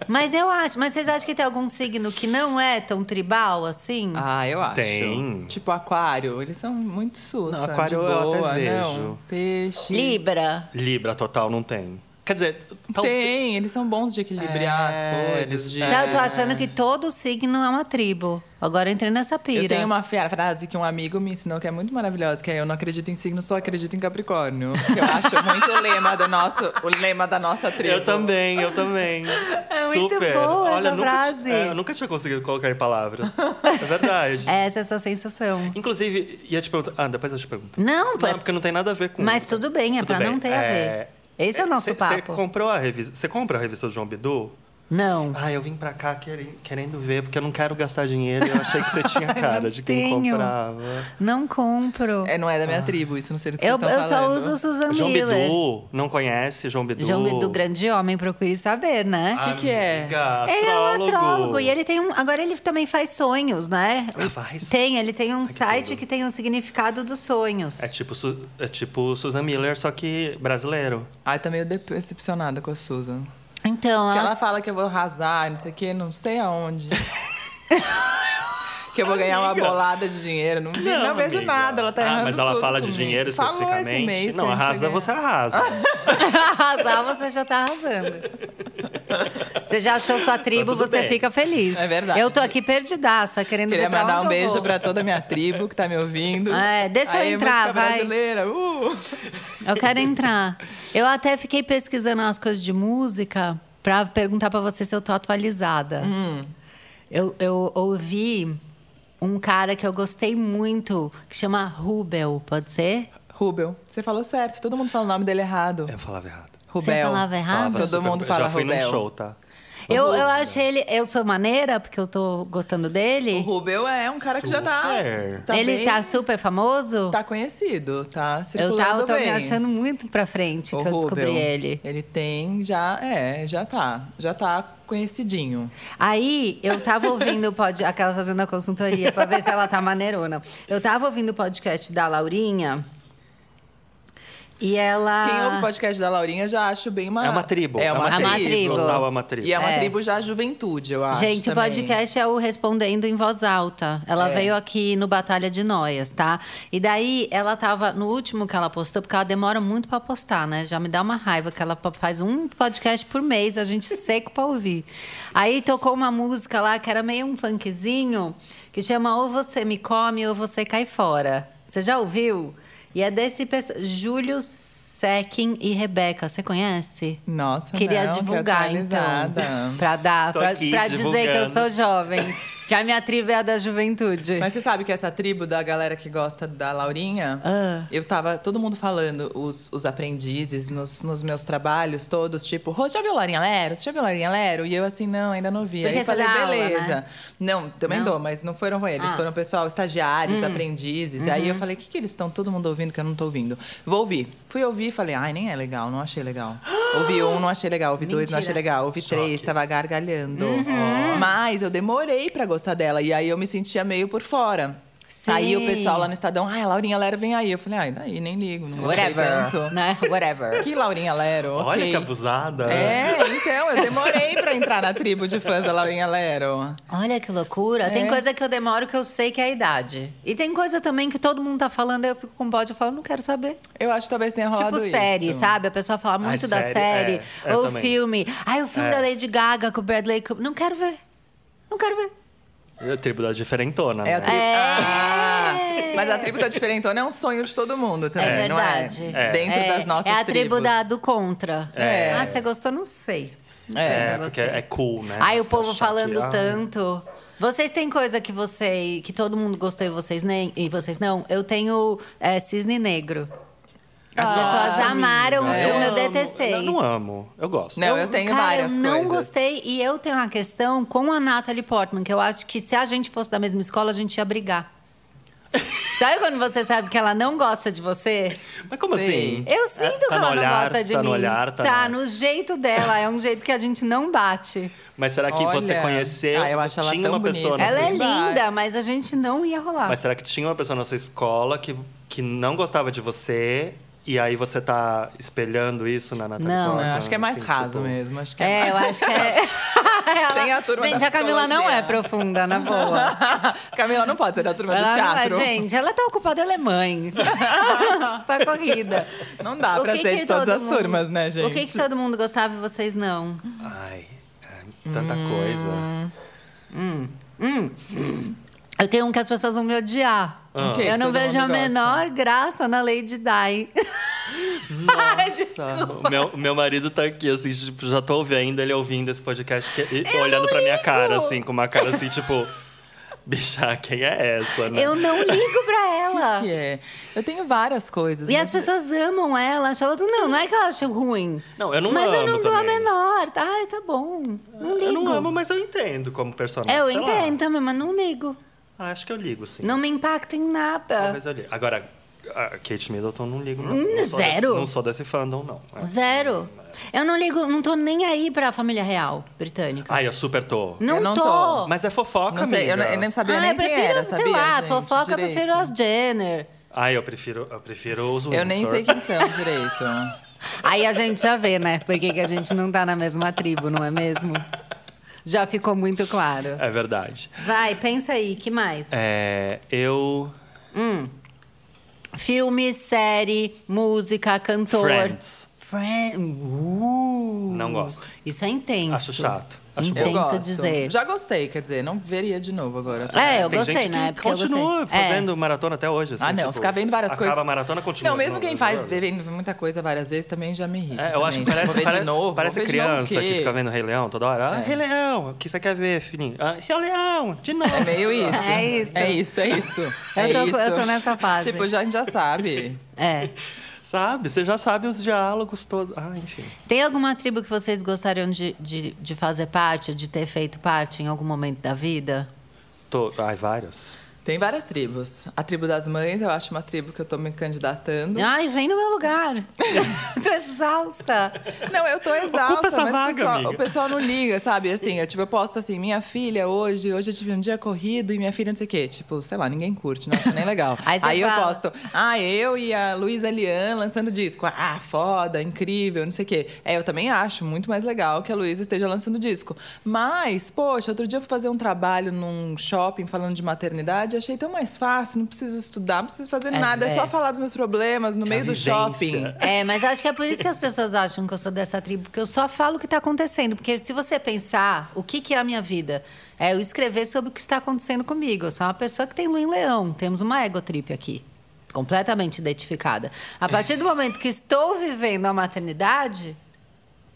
[SPEAKER 1] Mas eu acho. Mas vocês acham que tem algum signo que não é tão tribal assim?
[SPEAKER 3] Ah, eu acho.
[SPEAKER 2] Tem.
[SPEAKER 3] Tipo, aquário, eles são muito sus.
[SPEAKER 2] Não, aquário
[SPEAKER 3] de
[SPEAKER 2] eu até
[SPEAKER 3] boa,
[SPEAKER 2] vejo.
[SPEAKER 3] não. Peixe.
[SPEAKER 1] Libra.
[SPEAKER 2] Libra total não tem. Quer dizer, talvez.
[SPEAKER 3] Tem, eles são bons de equilibrar
[SPEAKER 2] É,
[SPEAKER 3] as coisas.
[SPEAKER 2] eles-
[SPEAKER 3] De...
[SPEAKER 1] Então, eu tô achando que todo signo é uma tribo. Agora eu entrei nessa pira.
[SPEAKER 3] Eu tenho uma fra- frase que um amigo me ensinou que é muito maravilhosa, que é eu não acredito em signo, só acredito em Capricórnio. Que eu acho muito o lema do nosso, o lema da nossa tribo.
[SPEAKER 2] Eu também, eu também.
[SPEAKER 1] É muito
[SPEAKER 2] Super.
[SPEAKER 1] boa
[SPEAKER 2] Olha,
[SPEAKER 1] essa
[SPEAKER 2] eu nunca ti-
[SPEAKER 1] frase.
[SPEAKER 2] é, eu nunca tinha conseguido colocar em palavras. É verdade.
[SPEAKER 1] Essa é a sua sensação.
[SPEAKER 2] Inclusive, ia te perguntar. Ah, depois eu te pergunto.
[SPEAKER 1] Não, pô,
[SPEAKER 2] Não, porque não tem nada a ver com.
[SPEAKER 1] mas tudo bem, é pra não ter a ver. Esse é o nosso
[SPEAKER 2] cê,
[SPEAKER 1] papo.
[SPEAKER 2] Você comprou a revista. Você compra a revista do João Bidu?
[SPEAKER 1] Não.
[SPEAKER 2] Ah, eu vim pra cá querendo, querendo ver, porque eu não quero gastar dinheiro. e Eu achei que você tinha cara de quem
[SPEAKER 1] tenho.
[SPEAKER 2] comprava.
[SPEAKER 1] Não compro.
[SPEAKER 3] É, não é da minha tribo, isso não sei do que
[SPEAKER 1] Ah. eu
[SPEAKER 3] vocês
[SPEAKER 1] eu
[SPEAKER 3] estão
[SPEAKER 1] só
[SPEAKER 3] falando.
[SPEAKER 1] uso Susan
[SPEAKER 2] João
[SPEAKER 1] Miller.
[SPEAKER 2] Bidu, não conhece João Bidu? Ah,
[SPEAKER 1] João Bidu, grande homem, procure saber, né?
[SPEAKER 2] O
[SPEAKER 3] que que é?
[SPEAKER 1] Ele é um astrólogo e ele tem um. Agora ele também faz sonhos, né?
[SPEAKER 2] Ah, faz?
[SPEAKER 1] Tem, ele tem um
[SPEAKER 2] que
[SPEAKER 1] site
[SPEAKER 2] tudo.
[SPEAKER 1] que tem o significado dos sonhos.
[SPEAKER 2] É tipo, Su- é tipo Susan Miller, só que brasileiro.
[SPEAKER 3] Ai, tô meio decepcionada com a Susan.
[SPEAKER 1] Então,
[SPEAKER 3] Que
[SPEAKER 1] ela,
[SPEAKER 3] ela fala que eu vou arrasar, não sei o quê, não sei aonde. que eu vou ganhar uma
[SPEAKER 2] Amiga.
[SPEAKER 3] bolada de dinheiro. Não, vi- não, vejo
[SPEAKER 2] amiga.
[SPEAKER 3] nada, ela tá
[SPEAKER 2] Ah,
[SPEAKER 3] errando
[SPEAKER 2] mas ela
[SPEAKER 3] tudo
[SPEAKER 2] fala de
[SPEAKER 3] comigo.
[SPEAKER 2] dinheiro
[SPEAKER 3] Falou esse
[SPEAKER 2] especificamente?
[SPEAKER 3] mês que
[SPEAKER 2] não,
[SPEAKER 3] a gente Ah.
[SPEAKER 2] arrasa,
[SPEAKER 3] ganha.
[SPEAKER 2] você arrasa.
[SPEAKER 1] arrasar, você já tá arrasando. Você já achou sua tribo,
[SPEAKER 2] Tá tudo
[SPEAKER 1] você
[SPEAKER 2] bem.
[SPEAKER 1] fica feliz.
[SPEAKER 3] É verdade.
[SPEAKER 1] Eu tô aqui perdidaça, querendo
[SPEAKER 3] Queria
[SPEAKER 1] ver pra
[SPEAKER 3] mandar
[SPEAKER 1] onde
[SPEAKER 3] um
[SPEAKER 1] eu
[SPEAKER 3] beijo
[SPEAKER 1] vou.
[SPEAKER 3] pra toda a minha tribo que tá me ouvindo.
[SPEAKER 1] É, deixa eu
[SPEAKER 3] Aí,
[SPEAKER 1] entrar,
[SPEAKER 3] música
[SPEAKER 1] vai.
[SPEAKER 3] brasileira, uh!
[SPEAKER 1] Eu quero entrar. Eu até fiquei pesquisando umas coisas de música pra perguntar pra você se eu tô atualizada.
[SPEAKER 3] Hum.
[SPEAKER 1] Eu, eu ouvi um cara que eu gostei muito, que chama Rubel, pode ser?
[SPEAKER 3] Rubel, você falou certo, todo mundo fala o nome dele errado.
[SPEAKER 2] É, Eu falava errado.
[SPEAKER 3] Rubel.
[SPEAKER 1] falava errado?
[SPEAKER 2] Falava
[SPEAKER 3] Ah, Todo
[SPEAKER 2] super-
[SPEAKER 3] mundo fala
[SPEAKER 2] Já fui
[SPEAKER 3] Rubel.
[SPEAKER 2] num show, tá?
[SPEAKER 1] Eu, eu achei ele. Eu sou maneira, porque eu tô gostando
[SPEAKER 3] O
[SPEAKER 1] dele.
[SPEAKER 3] Rubel é um cara que já tá.
[SPEAKER 2] Super.
[SPEAKER 3] tá
[SPEAKER 1] ele
[SPEAKER 3] bem-
[SPEAKER 1] tá super famoso?
[SPEAKER 3] tá conhecido, tá
[SPEAKER 1] eu tá,
[SPEAKER 3] circulando
[SPEAKER 1] eu tô
[SPEAKER 3] bem.
[SPEAKER 1] me achando muito pra frente
[SPEAKER 3] O
[SPEAKER 1] que eu descobri
[SPEAKER 3] Rubel,
[SPEAKER 1] ele.
[SPEAKER 3] Ele tem já, é, já tá, já tá conhecidinho.
[SPEAKER 1] Aí eu tava ouvindo o podcast, aquela fazendo a consultoria pra ver se ela tá maneirona. Eu tava ouvindo o podcast da Laurinha. E ela.
[SPEAKER 3] Quem ouve o podcast da Laurinha já acho bem uma
[SPEAKER 2] É uma tribo.
[SPEAKER 3] É uma,
[SPEAKER 1] É uma tribo.
[SPEAKER 2] Total, é uma tribo.
[SPEAKER 3] E é uma
[SPEAKER 1] É.
[SPEAKER 3] tribo já juventude, eu acho.
[SPEAKER 1] Gente,
[SPEAKER 3] também.
[SPEAKER 1] o podcast é o Respondendo em Voz Alta. Ela
[SPEAKER 3] É.
[SPEAKER 1] veio aqui no Batalha de Noias, tá? E daí ela tava no último que ela postou, porque ela demora muito pra postar, né? Já me dá uma raiva que ela pa- faz um podcast por mês, a gente seco pra ouvir. Aí tocou uma música lá que era meio um funkzinho, que chama Ou Você Me Come ou Você Cai Fora. Você já ouviu? E é desse pesso- Júlio Sequin e Rebeca. Você conhece?
[SPEAKER 3] Nossa,
[SPEAKER 1] Queria
[SPEAKER 3] não, que
[SPEAKER 1] divulgar, então.
[SPEAKER 3] atualizada.
[SPEAKER 1] Pra dar,
[SPEAKER 2] Tô
[SPEAKER 1] pra,
[SPEAKER 2] aqui
[SPEAKER 1] pra dizer que eu
[SPEAKER 2] divulgando.
[SPEAKER 1] sou jovem. Que a minha tribo é a da juventude.
[SPEAKER 3] Mas você sabe que essa tribo da galera que gosta da Laurinha,
[SPEAKER 1] Ah.
[SPEAKER 3] eu tava todo mundo falando, os, os aprendizes nos, nos meus trabalhos todos, tipo, "Rô, já viu Laurinha Lero? Você já viu Laurinha Lero? E eu assim, não, ainda não vi.
[SPEAKER 1] Porque
[SPEAKER 3] Aí eu
[SPEAKER 1] você
[SPEAKER 3] falei,
[SPEAKER 1] dá aula,
[SPEAKER 3] beleza.
[SPEAKER 1] né?
[SPEAKER 3] Não, também
[SPEAKER 1] Não?
[SPEAKER 3] dou, mas não foram eles,
[SPEAKER 1] Ah. Hum. Uhum.
[SPEAKER 3] foram pessoal, estagiários, aprendizes. Aí eu falei, o que, que eles estão todo mundo ouvindo que eu não tô ouvindo? Vou ouvir. Fui ouvir e falei, ai, nem é legal, não achei legal. ouvi um, não achei legal, ouvi dois, não
[SPEAKER 1] Mentira.
[SPEAKER 3] achei legal, ouvi três, tava gargalhando.
[SPEAKER 1] Uhum.
[SPEAKER 3] Mas eu demorei pra gostar dela. E aí eu me sentia meio por fora.
[SPEAKER 1] Sim.
[SPEAKER 3] Aí o pessoal lá no Estadão, ai, Laurinha Lero, vem aí. Eu falei, ai, daí, nem ligo, não gostei
[SPEAKER 1] Whatever.
[SPEAKER 3] tanto.
[SPEAKER 1] Né? Whatever.
[SPEAKER 3] Que Laurinha Lero, ok.
[SPEAKER 2] Olha que abusada.
[SPEAKER 3] É, então, eu demorei pra entrar na tribo de fãs da Laurinha Lero.
[SPEAKER 1] Olha que loucura. Tem coisa que eu demoro que eu sei que é a idade. E tem coisa também que todo mundo tá falando, aí eu fico com bode e falo, não quero saber.
[SPEAKER 3] Eu acho que talvez tenha rolado
[SPEAKER 1] Tipo
[SPEAKER 3] isso.
[SPEAKER 1] série, sabe? A pessoa fala muito da série.
[SPEAKER 2] Ah, série, é. Eu
[SPEAKER 1] ou
[SPEAKER 2] também.
[SPEAKER 1] filme. Ai, o filme
[SPEAKER 2] É.
[SPEAKER 1] da Lady Gaga com o Bradley Cooper. Não quero ver. Não quero ver.
[SPEAKER 2] É a tribo da diferentona,
[SPEAKER 3] É a
[SPEAKER 2] né?
[SPEAKER 3] tribo. Ah, mas a tribo da diferentona é um sonho de todo mundo também,
[SPEAKER 1] É
[SPEAKER 3] não é?
[SPEAKER 1] verdade.
[SPEAKER 2] É.
[SPEAKER 3] Dentro
[SPEAKER 1] é,
[SPEAKER 3] das nossas
[SPEAKER 1] É a tribo
[SPEAKER 3] tribos.
[SPEAKER 1] da, do contra.
[SPEAKER 2] É.
[SPEAKER 1] Ah, você gostou? Não sei. Não sei se
[SPEAKER 2] É,
[SPEAKER 1] eu
[SPEAKER 2] porque
[SPEAKER 1] gostei.
[SPEAKER 2] é cool, né?
[SPEAKER 1] Ai, o
[SPEAKER 2] Você
[SPEAKER 1] povo
[SPEAKER 2] achar que,
[SPEAKER 1] falando
[SPEAKER 2] ah,
[SPEAKER 1] tanto. Vocês têm coisa que você, que todo mundo gostou e vocês nem, e vocês não? Eu tenho é, cisne negro. As
[SPEAKER 3] Ah,
[SPEAKER 1] pessoas
[SPEAKER 3] amiga.
[SPEAKER 1] amaram o
[SPEAKER 2] eu
[SPEAKER 1] filme, eu
[SPEAKER 2] amo.
[SPEAKER 1] detestei.
[SPEAKER 2] Eu é um- não amo, eu gosto.
[SPEAKER 3] Não, eu tenho
[SPEAKER 1] Cara,
[SPEAKER 3] várias
[SPEAKER 1] eu não
[SPEAKER 3] coisas.
[SPEAKER 1] gostei e eu tenho uma questão com a Natalie Portman, que eu acho que se a gente fosse da mesma escola, a gente ia brigar. sabe quando você sabe que ela não gosta de você?
[SPEAKER 2] Mas como
[SPEAKER 3] Sei.
[SPEAKER 2] assim?
[SPEAKER 1] Eu sinto
[SPEAKER 2] É,
[SPEAKER 1] que
[SPEAKER 2] tá no
[SPEAKER 1] ela não
[SPEAKER 2] olhar,
[SPEAKER 1] gosta de
[SPEAKER 2] tá
[SPEAKER 1] mim.
[SPEAKER 2] No olhar, tá
[SPEAKER 1] tá
[SPEAKER 2] no-
[SPEAKER 1] no jeito dela, é um jeito que a gente não bate.
[SPEAKER 2] Mas será que
[SPEAKER 3] Olha.
[SPEAKER 2] você conheceu?
[SPEAKER 3] Ah, eu acho ela
[SPEAKER 2] tinha
[SPEAKER 3] tão
[SPEAKER 2] uma pessoa
[SPEAKER 3] bonita.
[SPEAKER 1] Ela
[SPEAKER 2] na sua...
[SPEAKER 1] é
[SPEAKER 3] sei. Vai.
[SPEAKER 1] linda, mas a gente não ia rolar.
[SPEAKER 2] Mas será que tinha uma pessoa na sua escola que, que não gostava de você? E aí você tá espelhando isso na Natalie
[SPEAKER 1] Não.
[SPEAKER 2] Portman,
[SPEAKER 3] Não, acho que é mais
[SPEAKER 2] assim,
[SPEAKER 3] raso
[SPEAKER 2] tipo-
[SPEAKER 3] mesmo. Acho que é,
[SPEAKER 1] É, eu acho que é. Ela-
[SPEAKER 3] Sem a turma
[SPEAKER 1] gente,
[SPEAKER 3] da
[SPEAKER 1] a Camila não é
[SPEAKER 3] psicologia.
[SPEAKER 1] profunda, na boa.
[SPEAKER 3] Camila não pode ser da turma do
[SPEAKER 1] Ela não é,
[SPEAKER 3] teatro.
[SPEAKER 1] gente, ela tá ocupada, ela é mãe. tá corrida.
[SPEAKER 3] Não dá
[SPEAKER 1] O
[SPEAKER 3] pra
[SPEAKER 1] que
[SPEAKER 3] ser
[SPEAKER 1] que
[SPEAKER 3] de todas
[SPEAKER 1] todo
[SPEAKER 3] as
[SPEAKER 1] mundo-
[SPEAKER 3] turmas, né, gente?
[SPEAKER 1] O que, que todo mundo gostava e vocês não?
[SPEAKER 2] Ai, é tanta
[SPEAKER 3] Hum.
[SPEAKER 2] coisa.
[SPEAKER 1] Eu tenho um que as pessoas vão me odiar.
[SPEAKER 3] Ah. O que que
[SPEAKER 1] eu não
[SPEAKER 3] todo
[SPEAKER 1] vejo a
[SPEAKER 3] mundo gosta?
[SPEAKER 1] menor graça na Lady Di. Ai, desculpa.
[SPEAKER 2] O meu, meu marido tá aqui, assim, tipo, já tô ouvindo ele ouvindo esse podcast que- e olhando pra minha cara, assim, com uma cara assim, tipo. Bichar quem é essa, né?
[SPEAKER 1] Eu não ligo pra ela.
[SPEAKER 3] Que é. Eu tenho várias coisas.
[SPEAKER 1] tá? E
[SPEAKER 3] mas- é-
[SPEAKER 1] as pessoas amam ela, acham ela. Não, não é que ela acha ruim.
[SPEAKER 2] Não, eu não
[SPEAKER 1] Mas eu
[SPEAKER 2] amo
[SPEAKER 1] não dou a
[SPEAKER 2] também.
[SPEAKER 1] menor. Tá? Ai, tá bom. Não ligo.
[SPEAKER 2] Eu não amo, mas eu entendo como personagem.
[SPEAKER 1] É, eu
[SPEAKER 2] sei lá.
[SPEAKER 1] entendo também, mas não ligo.
[SPEAKER 2] Ah, acho que eu ligo, sim.
[SPEAKER 1] Não me impacta em nada.
[SPEAKER 2] Talvez eu ligo. Agora, a Kate Middleton não ligo, não.
[SPEAKER 1] Hum,
[SPEAKER 2] Não sou desse-
[SPEAKER 1] zero.
[SPEAKER 2] não sou desse fandom, não. É.
[SPEAKER 1] Zero. Eu não ligo, não tô nem aí pra família real britânica.
[SPEAKER 2] Ai, eu super tô.
[SPEAKER 1] não,
[SPEAKER 3] Ah, Eu não
[SPEAKER 1] tô.
[SPEAKER 3] tô.
[SPEAKER 2] Mas é fofoca,
[SPEAKER 3] Não sei, eu,
[SPEAKER 2] amiga.
[SPEAKER 3] ne- eu nem sabia
[SPEAKER 1] ah,
[SPEAKER 3] nem
[SPEAKER 1] eu prefiro,
[SPEAKER 3] quem era,
[SPEAKER 1] sei
[SPEAKER 3] sabia,
[SPEAKER 1] lá,
[SPEAKER 3] gente,
[SPEAKER 1] fofoca, eu
[SPEAKER 3] direito.
[SPEAKER 1] prefiro as Jenner.
[SPEAKER 2] Ai, eu prefiro, eu prefiro os Windsor.
[SPEAKER 3] Eu nem sei quem são direito.
[SPEAKER 4] Aí a gente já vê, né? Por que que a gente não tá na mesma tribo, não é mesmo? Já ficou muito claro.
[SPEAKER 2] É verdade.
[SPEAKER 1] Vai, pensa aí, que mais?
[SPEAKER 2] É, eu...
[SPEAKER 1] Filme, série, música, cantor.
[SPEAKER 2] Friends.
[SPEAKER 1] Friends. Uh,
[SPEAKER 2] Não gosto.
[SPEAKER 1] Isso é intenso.
[SPEAKER 2] Acho chato. Acho
[SPEAKER 1] Tem
[SPEAKER 3] Eu
[SPEAKER 2] bom.
[SPEAKER 1] isso a
[SPEAKER 3] gosto.
[SPEAKER 1] dizer.
[SPEAKER 3] Já gostei, quer dizer, não veria de novo agora.
[SPEAKER 1] É, eu
[SPEAKER 2] Tem
[SPEAKER 1] gostei,
[SPEAKER 2] gente
[SPEAKER 1] na
[SPEAKER 2] que
[SPEAKER 1] época eu
[SPEAKER 2] continua
[SPEAKER 1] gostei. É.
[SPEAKER 2] fazendo maratona até hoje. assim,
[SPEAKER 3] Ah, não,
[SPEAKER 2] tipo,
[SPEAKER 3] ficar vendo várias coisas.
[SPEAKER 2] Acaba a maratona, continua.
[SPEAKER 3] Não, mesmo quem faz
[SPEAKER 2] vê.
[SPEAKER 3] vendo muita coisa várias vezes também já me irrita.
[SPEAKER 2] É, eu acho que
[SPEAKER 3] também.
[SPEAKER 2] parece,
[SPEAKER 3] Vou ver
[SPEAKER 2] parece,
[SPEAKER 3] de novo,
[SPEAKER 2] parece
[SPEAKER 3] vou ver de novo o
[SPEAKER 2] criança
[SPEAKER 3] quê?
[SPEAKER 2] que fica vendo Rei Leão toda hora. Ah, Rei Leão, o que você quer ver, filhinho? Ah, Rei Leão, de novo.
[SPEAKER 3] É meio isso.
[SPEAKER 4] É isso.
[SPEAKER 3] É isso, é isso. É
[SPEAKER 4] Eu tô-
[SPEAKER 3] isso.
[SPEAKER 4] eu tô nessa fase.
[SPEAKER 3] Tipo, já, a gente já sabe.
[SPEAKER 1] É.
[SPEAKER 2] Sabe? Você já sabe os diálogos todos. Ah, enfim.
[SPEAKER 1] Tem alguma tribo que vocês gostariam de, de, de fazer parte, de ter feito parte em algum momento da vida?
[SPEAKER 2] Tô... Ai, vários.
[SPEAKER 3] Tem várias tribos. A tribo das mães, eu acho uma tribo que eu tô me candidatando.
[SPEAKER 1] Ai, vem no meu lugar. Tô é exausta.
[SPEAKER 3] Não, eu tô
[SPEAKER 2] Ocupa
[SPEAKER 3] exausta,
[SPEAKER 2] essa
[SPEAKER 3] mas
[SPEAKER 2] vaga,
[SPEAKER 3] o, pessoal,
[SPEAKER 2] amiga.
[SPEAKER 3] o pessoal não liga, sabe? Assim, eu, tipo, eu posto assim, minha filha hoje, hoje eu tive um dia corrido e minha filha não sei o quê. Tipo, sei lá, ninguém curte, não acha nem legal.
[SPEAKER 1] Aí você
[SPEAKER 3] eu
[SPEAKER 1] fala.
[SPEAKER 3] posto, ah, eu e a Luísa Lian lançando disco. Ah, foda, incrível, não sei o quê. É, eu também acho muito mais legal que a Luísa esteja lançando disco. Mas, poxa, outro dia eu fui fazer um trabalho num shopping falando de maternidade, achei tão mais fácil, não preciso estudar, não preciso fazer nada, é
[SPEAKER 1] é.
[SPEAKER 3] só falar dos meus problemas no
[SPEAKER 2] É a
[SPEAKER 3] meio do
[SPEAKER 2] vivência.
[SPEAKER 3] shopping.
[SPEAKER 1] É, mas acho que é por isso que as pessoas acham que eu sou dessa tribo, porque eu só falo o que está acontecendo. Porque se você pensar, o que, que é a minha vida? É eu escrever sobre o que está acontecendo comigo. Eu sou uma pessoa que tem lua em leão. Temos uma egotrip aqui. Completamente identificada. A partir do momento que estou vivendo a maternidade,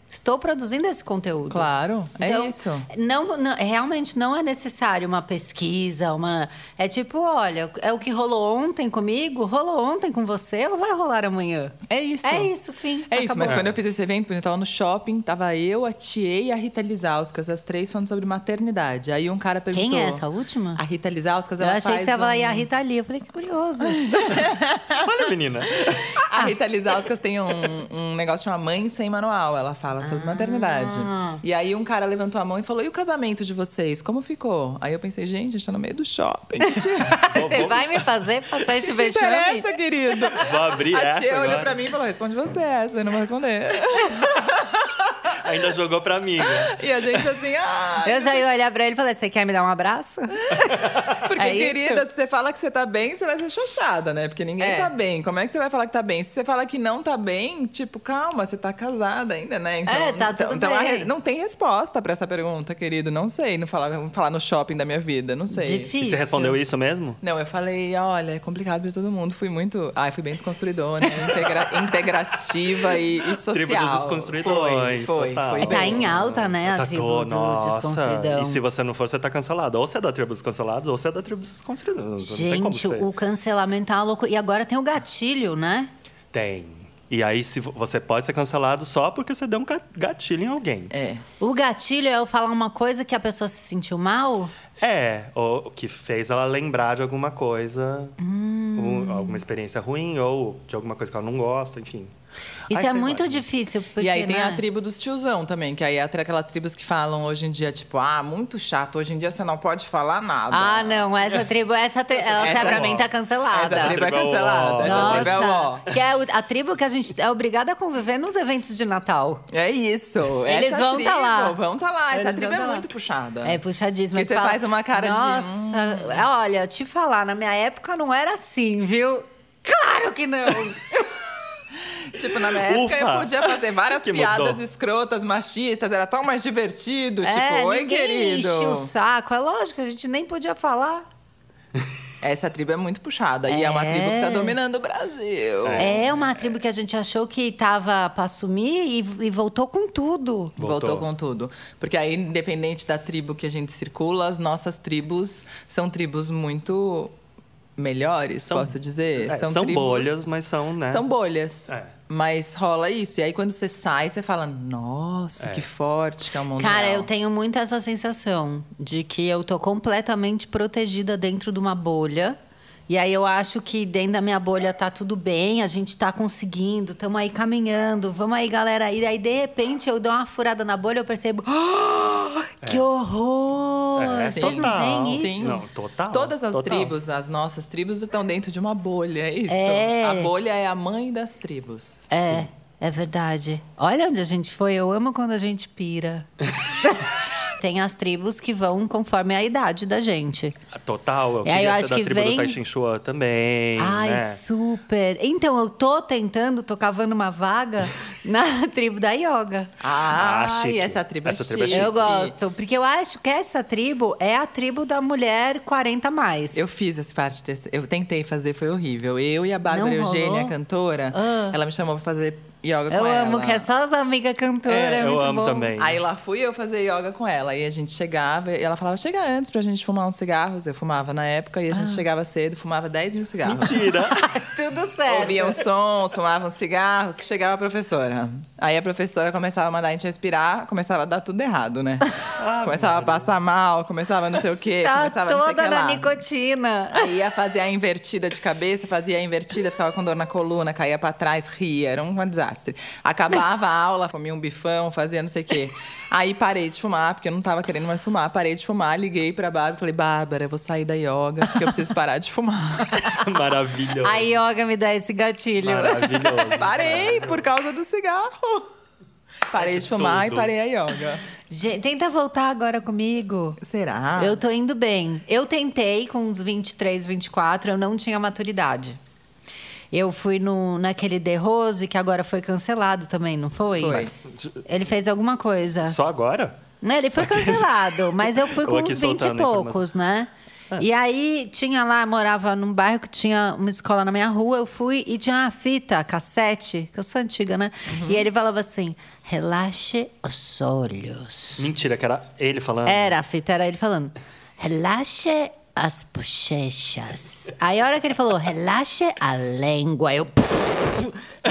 [SPEAKER 1] estou produzindo esse conteúdo.
[SPEAKER 3] Claro,
[SPEAKER 1] Então,
[SPEAKER 3] é isso.
[SPEAKER 1] Não, não- realmente não é necessário uma pesquisa, uma. É tipo, olha, é o que rolou ontem comigo, rolou ontem com você ou vai rolar amanhã?
[SPEAKER 3] É isso.
[SPEAKER 1] É isso, fim.
[SPEAKER 3] É isso, mas
[SPEAKER 2] É.
[SPEAKER 3] quando eu fiz esse evento, por exemplo, eu tava no shopping, tava eu, a Tia e a Rita Lizauskas, as três falando sobre maternidade. Aí um cara perguntou...
[SPEAKER 1] Quem é essa última?
[SPEAKER 3] A Rita Lizauskas,
[SPEAKER 1] Eu
[SPEAKER 3] ela
[SPEAKER 1] achei que
[SPEAKER 3] faz
[SPEAKER 1] você ia falar,
[SPEAKER 3] um-
[SPEAKER 1] e a Rita Lee. Eu falei, que curioso.
[SPEAKER 2] Olha, menina.
[SPEAKER 3] A Rita Lizauskas tem um, um negócio chamado Mãe Sem Manual. Ela fala sobre
[SPEAKER 1] Ah.
[SPEAKER 3] maternidade. E aí um cara levantou a mão e falou, e o casamento de vocês, como ficou? Aí eu pensei, gente, a gente tá no meio do shopping.
[SPEAKER 1] você vai me fazer passar esse
[SPEAKER 3] Te
[SPEAKER 1] vexame?
[SPEAKER 3] interessa, querido?
[SPEAKER 2] Vou abrir
[SPEAKER 3] A
[SPEAKER 2] essa
[SPEAKER 3] Tia olhou
[SPEAKER 2] agora.
[SPEAKER 3] pra mim e falou, responde você essa. Eu não vou responder.
[SPEAKER 2] Ainda jogou pra mim. né?
[SPEAKER 3] E a gente assim, ah...
[SPEAKER 4] Eu já ia olhar pra ele e falei, você quer me dar um abraço?
[SPEAKER 3] Porque,
[SPEAKER 4] É isso?
[SPEAKER 3] querida, se você fala que você tá bem, você vai ser xoxada, né? Porque ninguém
[SPEAKER 4] É.
[SPEAKER 3] tá bem. Como é que você vai falar que tá bem? Se você fala que não tá bem, tipo, calma, você tá casada ainda, né? Então,
[SPEAKER 1] É, tá
[SPEAKER 3] então,
[SPEAKER 1] tudo
[SPEAKER 3] então a
[SPEAKER 1] bem.
[SPEAKER 3] re- não tem resposta pra essa pergunta, querido. Não sei. Não falar, vamos falar no shopping da minha vida, não sei.
[SPEAKER 2] E
[SPEAKER 1] Difícil.
[SPEAKER 2] você respondeu isso mesmo?
[SPEAKER 3] Não, eu falei, olha, é complicado pra todo mundo. Fui muito. Ai, fui bem desconstruidona, integra- integrativa e, e social.
[SPEAKER 2] dos desconstruidões,
[SPEAKER 3] Foi, foi.
[SPEAKER 2] total.
[SPEAKER 3] foi
[SPEAKER 1] E tá
[SPEAKER 3] bem.
[SPEAKER 1] em alta, né, a
[SPEAKER 2] Tá,
[SPEAKER 1] tribo
[SPEAKER 2] tô,
[SPEAKER 1] do
[SPEAKER 2] nossa.
[SPEAKER 1] desconstridão.
[SPEAKER 2] E se você não for, você tá cancelado. Ou você é da tribo dos cancelados, ou você é da tribo dos desconstruídos. não tem como
[SPEAKER 1] Gente,
[SPEAKER 2] ser.
[SPEAKER 1] o cancelamento tá louco. E agora tem o gatilho, né?
[SPEAKER 2] Tem. E aí se vo- você pode ser cancelado só porque você deu um ca- gatilho em alguém.
[SPEAKER 3] É.
[SPEAKER 1] O gatilho é eu falar uma coisa que a pessoa se sentiu mal?
[SPEAKER 2] É, ou que fez ela lembrar de alguma coisa,
[SPEAKER 1] Hum.
[SPEAKER 2] ou alguma experiência ruim, ou de alguma coisa que ela não gosta, enfim.
[SPEAKER 1] Isso
[SPEAKER 2] Ai,
[SPEAKER 1] é
[SPEAKER 2] sei
[SPEAKER 1] muito
[SPEAKER 2] lá.
[SPEAKER 1] difícil. Porque,
[SPEAKER 3] e aí tem
[SPEAKER 1] né?
[SPEAKER 3] a tribo dos tiozão também, que aí é tri- aquelas tribos que falam hoje em dia, tipo, ah, muito chato, hoje em dia você não pode falar nada.
[SPEAKER 1] Ah, não, essa tribo, essa, tri... ela
[SPEAKER 3] Essa-
[SPEAKER 1] pra mim tá cancelada.
[SPEAKER 3] Essa tribo é
[SPEAKER 2] é Tribo é o ó.
[SPEAKER 3] cancelada, essa tribo é o ó.
[SPEAKER 1] Nossa, que é o- a tribo que a gente é obrigada a conviver nos eventos de Natal.
[SPEAKER 3] É isso.
[SPEAKER 1] Eles
[SPEAKER 3] essa
[SPEAKER 1] vão
[SPEAKER 3] tribo,
[SPEAKER 1] tá lá.
[SPEAKER 3] Vão tá lá. Essa
[SPEAKER 1] Eles
[SPEAKER 3] tribo
[SPEAKER 1] vão
[SPEAKER 3] é
[SPEAKER 1] tá lá.
[SPEAKER 3] muito puxada.
[SPEAKER 1] É puxadíssimo.
[SPEAKER 3] Que
[SPEAKER 1] Aí
[SPEAKER 3] você
[SPEAKER 1] fala,
[SPEAKER 3] faz uma cara de, "Hum."
[SPEAKER 1] Nossa, é, olha, te falar, na minha época não era assim, viu? Claro que não!
[SPEAKER 3] Tipo, na minha
[SPEAKER 2] Ufa!
[SPEAKER 3] época eu podia fazer várias
[SPEAKER 2] Que
[SPEAKER 3] piadas
[SPEAKER 2] mudou.
[SPEAKER 3] escrotas, machistas, era tão mais divertido.
[SPEAKER 1] é,
[SPEAKER 3] tipo, oi,
[SPEAKER 1] ninguém
[SPEAKER 3] querido.
[SPEAKER 1] enche o saco. É lógico, a gente nem podia falar.
[SPEAKER 3] Essa tribo é muito puxada. E é uma
[SPEAKER 1] É.
[SPEAKER 3] tribo que tá dominando o Brasil.
[SPEAKER 1] É uma tribo que a gente achou que tava pra sumir e, e voltou com tudo.
[SPEAKER 3] Voltou.
[SPEAKER 2] Voltou.
[SPEAKER 3] com tudo. Porque aí, independente da tribo que a gente circula, as nossas tribos são tribos muito melhores, posso dizer.
[SPEAKER 2] é, são bolhas, mas são, né?
[SPEAKER 3] São bolhas.
[SPEAKER 2] É.
[SPEAKER 3] Mas rola isso. E aí, quando você sai, você fala, nossa, que forte que é o mundo
[SPEAKER 1] Cara,
[SPEAKER 3] real."
[SPEAKER 1] eu tenho muito essa sensação de que eu tô completamente protegida dentro de uma bolha. E aí eu acho que dentro da minha bolha tá tudo bem, a gente tá conseguindo, estamos aí caminhando, vamos aí, galera. E aí, de repente, eu dou uma furada na bolha, eu percebo. "Ah, que horror!
[SPEAKER 2] É,
[SPEAKER 1] Vocês não
[SPEAKER 2] total.
[SPEAKER 1] têm isso?
[SPEAKER 2] Sim. Não, total,
[SPEAKER 3] Todas as
[SPEAKER 2] total.
[SPEAKER 3] tribos, as nossas tribos, estão dentro de uma bolha, é isso.
[SPEAKER 1] É.
[SPEAKER 3] A bolha é a mãe das tribos.
[SPEAKER 1] É, é verdade. Olha onde a gente foi. Eu amo quando a gente pira. Tem as tribos que vão conforme a idade da gente.
[SPEAKER 2] A Total, é eu
[SPEAKER 1] E aí É, eu
[SPEAKER 2] queria
[SPEAKER 1] acho
[SPEAKER 2] ser da
[SPEAKER 1] que
[SPEAKER 2] tribo
[SPEAKER 1] vem-
[SPEAKER 2] do Taixinchua também.
[SPEAKER 1] Ai,
[SPEAKER 2] né?
[SPEAKER 1] super. Então, eu tô tentando, tô cavando uma vaga na tribo da yoga.
[SPEAKER 3] Ah,
[SPEAKER 2] Ah, chique.
[SPEAKER 3] e essa tribo
[SPEAKER 2] Essa
[SPEAKER 3] é
[SPEAKER 2] tribo é
[SPEAKER 3] chique.
[SPEAKER 2] chique.
[SPEAKER 1] Eu gosto, porque eu acho que essa tribo é a tribo da mulher 40 mais.
[SPEAKER 3] Eu fiz essa parte desse. Eu tentei fazer, foi horrível. Eu e a Bárbara
[SPEAKER 1] Não rolou?
[SPEAKER 3] Eugênia, a cantora,
[SPEAKER 1] Ah.
[SPEAKER 3] ela me chamou pra fazer yoga
[SPEAKER 1] Eu
[SPEAKER 3] com ela.
[SPEAKER 1] amo que é só as amigas cantoras.
[SPEAKER 2] É,
[SPEAKER 1] é
[SPEAKER 2] eu
[SPEAKER 1] muito
[SPEAKER 2] amo
[SPEAKER 1] bom.
[SPEAKER 2] também.
[SPEAKER 3] Aí lá fui eu fazer yoga com ela. E a gente chegava, e ela falava, chega antes pra gente fumar uns cigarros. Eu fumava na época, e a
[SPEAKER 1] Ah.
[SPEAKER 3] gente chegava cedo, fumava 10 mil cigarros.
[SPEAKER 2] Tira.
[SPEAKER 1] Tudo certo.
[SPEAKER 3] Ouviam sons, fumavam cigarros, que chegava a professora. Aí a professora começava a mandar a gente respirar, começava a dar tudo errado, né? começava a passar mal, começava não sei o quê,
[SPEAKER 1] Tá
[SPEAKER 3] começava né? não sei o
[SPEAKER 1] toda
[SPEAKER 3] que é
[SPEAKER 1] na
[SPEAKER 3] lá.
[SPEAKER 1] nicotina.
[SPEAKER 3] Aí ia fazer a invertida de cabeça, fazia a invertida, ficava com dor na coluna, caía pra trás, ria, era um desastre. Acabava a aula, comia um bifão, fazia não sei o quê. Aí parei de fumar, porque eu não tava querendo mais fumar. Parei de fumar, liguei pra Bárbara e falei, Bárbara, eu vou sair da yoga, porque eu preciso parar de fumar.
[SPEAKER 2] Maravilhoso.
[SPEAKER 1] A yoga me dá esse gatilho.
[SPEAKER 2] Maravilhoso.
[SPEAKER 3] Parei por causa do cigarro. Parei de fumar
[SPEAKER 2] tudo.
[SPEAKER 3] e parei a yoga.
[SPEAKER 1] Gente, tenta voltar agora comigo.
[SPEAKER 3] Será?
[SPEAKER 1] Eu tô indo bem. Eu tentei com uns 23, 24, eu não tinha maturidade. Eu fui no, naquele The Rose, que agora foi cancelado também, não foi?
[SPEAKER 3] Foi.
[SPEAKER 1] Ele fez alguma coisa.
[SPEAKER 2] Só agora?
[SPEAKER 1] Né, Ele foi cancelado, mas eu fui
[SPEAKER 2] Ou
[SPEAKER 1] com
[SPEAKER 2] aqui
[SPEAKER 1] uns 20 e
[SPEAKER 2] soltando a
[SPEAKER 1] poucos, né? E aí tinha lá, morava num bairro que tinha uma escola na minha rua, eu fui e tinha uma fita, cassete, que eu sou antiga, né? E ele falava assim: relaxe os olhos.
[SPEAKER 2] Mentira, que era ele falando.
[SPEAKER 1] Era, a fita era ele falando: relaxe as bochechas. Aí a hora que ele falou, relaxe a língua, eu.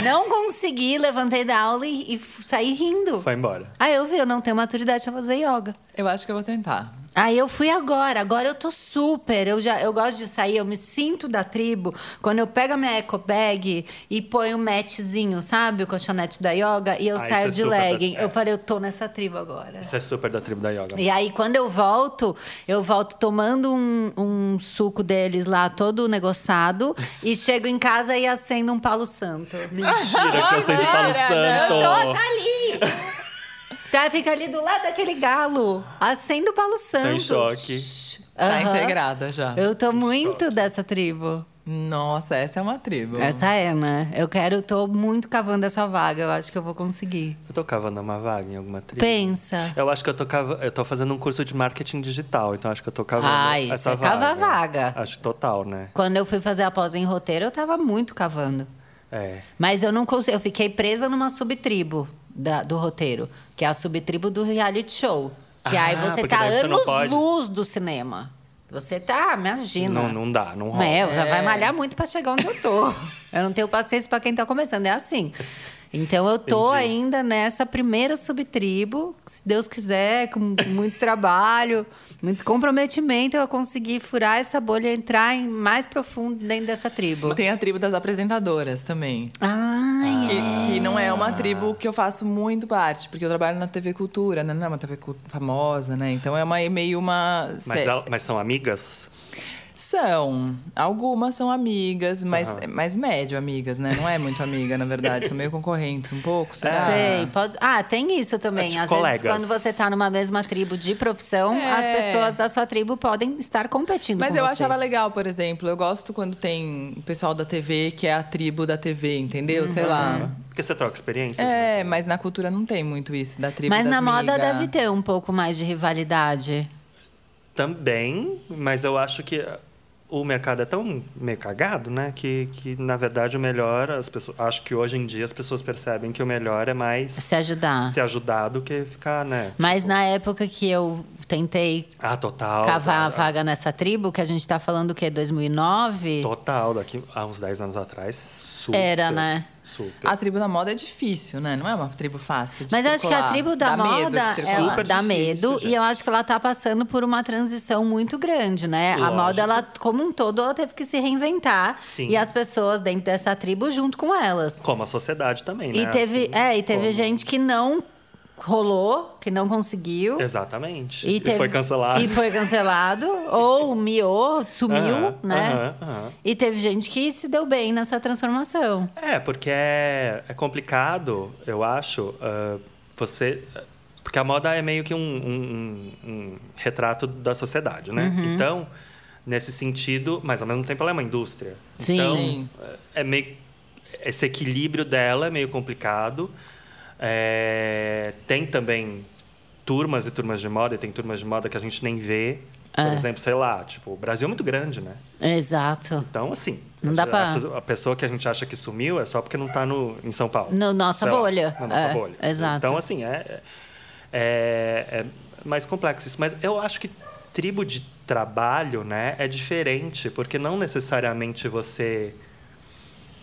[SPEAKER 1] Não consegui, levantei da aula e, e f- saí rindo.
[SPEAKER 2] Foi embora.
[SPEAKER 1] Aí eu vi, eu não tenho maturidade pra fazer yoga.
[SPEAKER 3] Eu acho que eu vou tentar.
[SPEAKER 1] Aí eu fui agora, agora eu tô super. Eu já eu gosto de sair, eu me sinto da tribo. Quando eu pego a minha eco bag e ponho o matchzinho, sabe? O colchonete da yoga, e eu
[SPEAKER 2] Ah, isso
[SPEAKER 1] saio
[SPEAKER 2] é
[SPEAKER 1] de
[SPEAKER 2] super da-
[SPEAKER 1] legging.
[SPEAKER 2] é.
[SPEAKER 1] Eu falei, eu tô nessa tribo agora.
[SPEAKER 2] Isso é super da tribo da yoga.
[SPEAKER 1] E aí, quando eu volto, eu volto tomando um, um suco deles lá, todo negociado, e chego em casa e acendo um Palo Santo.
[SPEAKER 2] Mentira, que você
[SPEAKER 1] Olha,
[SPEAKER 2] fala
[SPEAKER 1] Tô
[SPEAKER 2] santo.
[SPEAKER 1] ali! tá, fica ali do lado daquele galo, acendo o Palo Santo.
[SPEAKER 2] Tô em choque.
[SPEAKER 3] Tá
[SPEAKER 1] Aham.
[SPEAKER 3] integrada já.
[SPEAKER 1] Eu tô muito dessa tribo.
[SPEAKER 3] Nossa, essa é uma tribo.
[SPEAKER 1] Essa é, né? Eu quero, eu tô muito cavando essa vaga. Eu acho que eu vou conseguir.
[SPEAKER 2] Eu tocava numa vaga em alguma tribo.
[SPEAKER 1] Pensa.
[SPEAKER 2] Eu acho que eu tocava. Eu tô fazendo um curso de marketing digital, então acho que eu tô cavando.
[SPEAKER 1] Ah, isso
[SPEAKER 2] essa
[SPEAKER 1] é cavar vaga.
[SPEAKER 2] Acho total, né?
[SPEAKER 1] Quando eu fui fazer a pós em roteiro, eu tava muito cavando.
[SPEAKER 2] É.
[SPEAKER 1] Mas eu não consegui. Eu fiquei presa numa subtribo da- do roteiro, que é a subtribo do reality show. Que
[SPEAKER 2] Ah,
[SPEAKER 1] aí você
[SPEAKER 2] porque
[SPEAKER 1] tá
[SPEAKER 2] daí você não
[SPEAKER 1] anos
[SPEAKER 2] pode.
[SPEAKER 1] luz do cinema. Você tá, imagina.
[SPEAKER 2] Não, não dá, não rola.
[SPEAKER 1] É, já vai malhar muito pra chegar onde eu tô. eu não tenho paciência pra quem tá começando, é assim. Então eu tô
[SPEAKER 2] Entendi.
[SPEAKER 1] ainda nessa primeira subtribo, se Deus quiser, com muito trabalho, muito comprometimento, eu vou conseguir furar essa bolha e entrar em mais profundo dentro dessa tribo.
[SPEAKER 3] Tem a tribo das apresentadoras também.
[SPEAKER 1] Ai,
[SPEAKER 3] Que, que não é uma tribo que eu faço muito parte, porque eu trabalho na TV Cultura, né? Não é uma TV cu- famosa, né? Então é uma, é meio uma.
[SPEAKER 2] Mas,
[SPEAKER 3] sé-
[SPEAKER 2] ela- mas são amigas?
[SPEAKER 3] São. Algumas são amigas, mas, mas médio amigas, né? Não é muito amiga, na verdade. São meio concorrentes um pouco, será?
[SPEAKER 1] É. Sei, pode. Ah, tem isso também.
[SPEAKER 2] É tipo
[SPEAKER 1] Às vezes,
[SPEAKER 2] colegas.
[SPEAKER 1] quando você tá numa mesma tribo de profissão,
[SPEAKER 3] É.
[SPEAKER 1] as pessoas da sua tribo podem estar competindo.
[SPEAKER 3] Mas
[SPEAKER 1] com
[SPEAKER 3] eu
[SPEAKER 1] você.
[SPEAKER 3] achava legal, por exemplo. Eu gosto quando tem o pessoal da TV que é a tribo da TV, entendeu?
[SPEAKER 1] Uhum.
[SPEAKER 3] Sei lá.
[SPEAKER 2] Porque você troca experiências? né?
[SPEAKER 3] É, mas na cultura não tem muito isso da tribo
[SPEAKER 1] Mas
[SPEAKER 3] das
[SPEAKER 1] na moda
[SPEAKER 3] miga.
[SPEAKER 1] deve ter um pouco mais de rivalidade.
[SPEAKER 2] Também, mas eu acho que uh, o mercado é tão meio cagado, né? Que, que na verdade o melhor, as pessoas, acho que hoje em dia as pessoas percebem que o melhor é mais
[SPEAKER 1] Se ajudar.
[SPEAKER 2] se ajudar tipo- do que ficar, né?
[SPEAKER 1] Mas
[SPEAKER 2] tipo,
[SPEAKER 1] na época que eu tentei
[SPEAKER 2] Ah, total.
[SPEAKER 1] cavar a
[SPEAKER 2] cara.
[SPEAKER 1] vaga nessa tribo, que a gente tá falando o quê? 2009?
[SPEAKER 2] Total, daqui a uns 10 anos atrás, super.
[SPEAKER 1] Era, né?
[SPEAKER 2] Super.
[SPEAKER 3] A tribo da moda é difícil, né? Não é uma tribo fácil. de
[SPEAKER 1] Mas eu acho que a
[SPEAKER 3] circular.
[SPEAKER 1] tribo da
[SPEAKER 3] Dá medo de
[SPEAKER 1] moda, é
[SPEAKER 3] circular.
[SPEAKER 1] ela
[SPEAKER 2] Super
[SPEAKER 1] dá
[SPEAKER 2] difícil,
[SPEAKER 1] medo.
[SPEAKER 2] gente.
[SPEAKER 1] E eu acho que ela tá passando por uma transição muito grande, né? A
[SPEAKER 2] Lógico.
[SPEAKER 1] moda, ela, como um todo, ela teve que se reinventar.
[SPEAKER 2] Sim.
[SPEAKER 1] E as pessoas dentro dessa tribo junto com elas.
[SPEAKER 2] Como a sociedade também, né?
[SPEAKER 1] E teve,
[SPEAKER 2] Assim,
[SPEAKER 1] é, e teve
[SPEAKER 2] como-
[SPEAKER 1] gente que não rolou, que não conseguiu.
[SPEAKER 2] Exatamente.
[SPEAKER 1] E,
[SPEAKER 2] E,
[SPEAKER 1] teve-
[SPEAKER 2] foi cancelado.
[SPEAKER 1] E foi cancelado. ou miou, sumiu,
[SPEAKER 2] Aham,
[SPEAKER 1] né?
[SPEAKER 2] aham, aham.
[SPEAKER 1] E teve gente que se deu bem nessa transformação.
[SPEAKER 2] É, porque é, é complicado, eu acho, ah, você. Porque a moda é meio que um, um- um- um retrato da sociedade, né?
[SPEAKER 1] Uhum.
[SPEAKER 2] Então, nesse sentido, mas ao mesmo tempo ela é uma indústria.
[SPEAKER 1] Sim.
[SPEAKER 2] Então,
[SPEAKER 3] Sim.
[SPEAKER 2] é meio. Esse equilíbrio dela é meio complicado. É, tem também turmas e turmas de moda, e tem turmas de moda que a gente nem vê. Por
[SPEAKER 1] É.
[SPEAKER 2] exemplo, sei lá, tipo, o Brasil é muito grande, né?
[SPEAKER 1] Exato.
[SPEAKER 2] Então, assim.
[SPEAKER 1] Não dá pra-
[SPEAKER 2] essas- A pessoa que a gente acha que sumiu é só porque não tá no, em São Paulo.
[SPEAKER 1] No nossa
[SPEAKER 2] Sei lá,
[SPEAKER 1] bolha.
[SPEAKER 2] na nossa
[SPEAKER 1] É,
[SPEAKER 2] bolha.
[SPEAKER 1] exato.
[SPEAKER 2] Então, assim, é, é, é mais complexo isso. Mas eu acho que tribo de trabalho, né, é diferente, porque não necessariamente você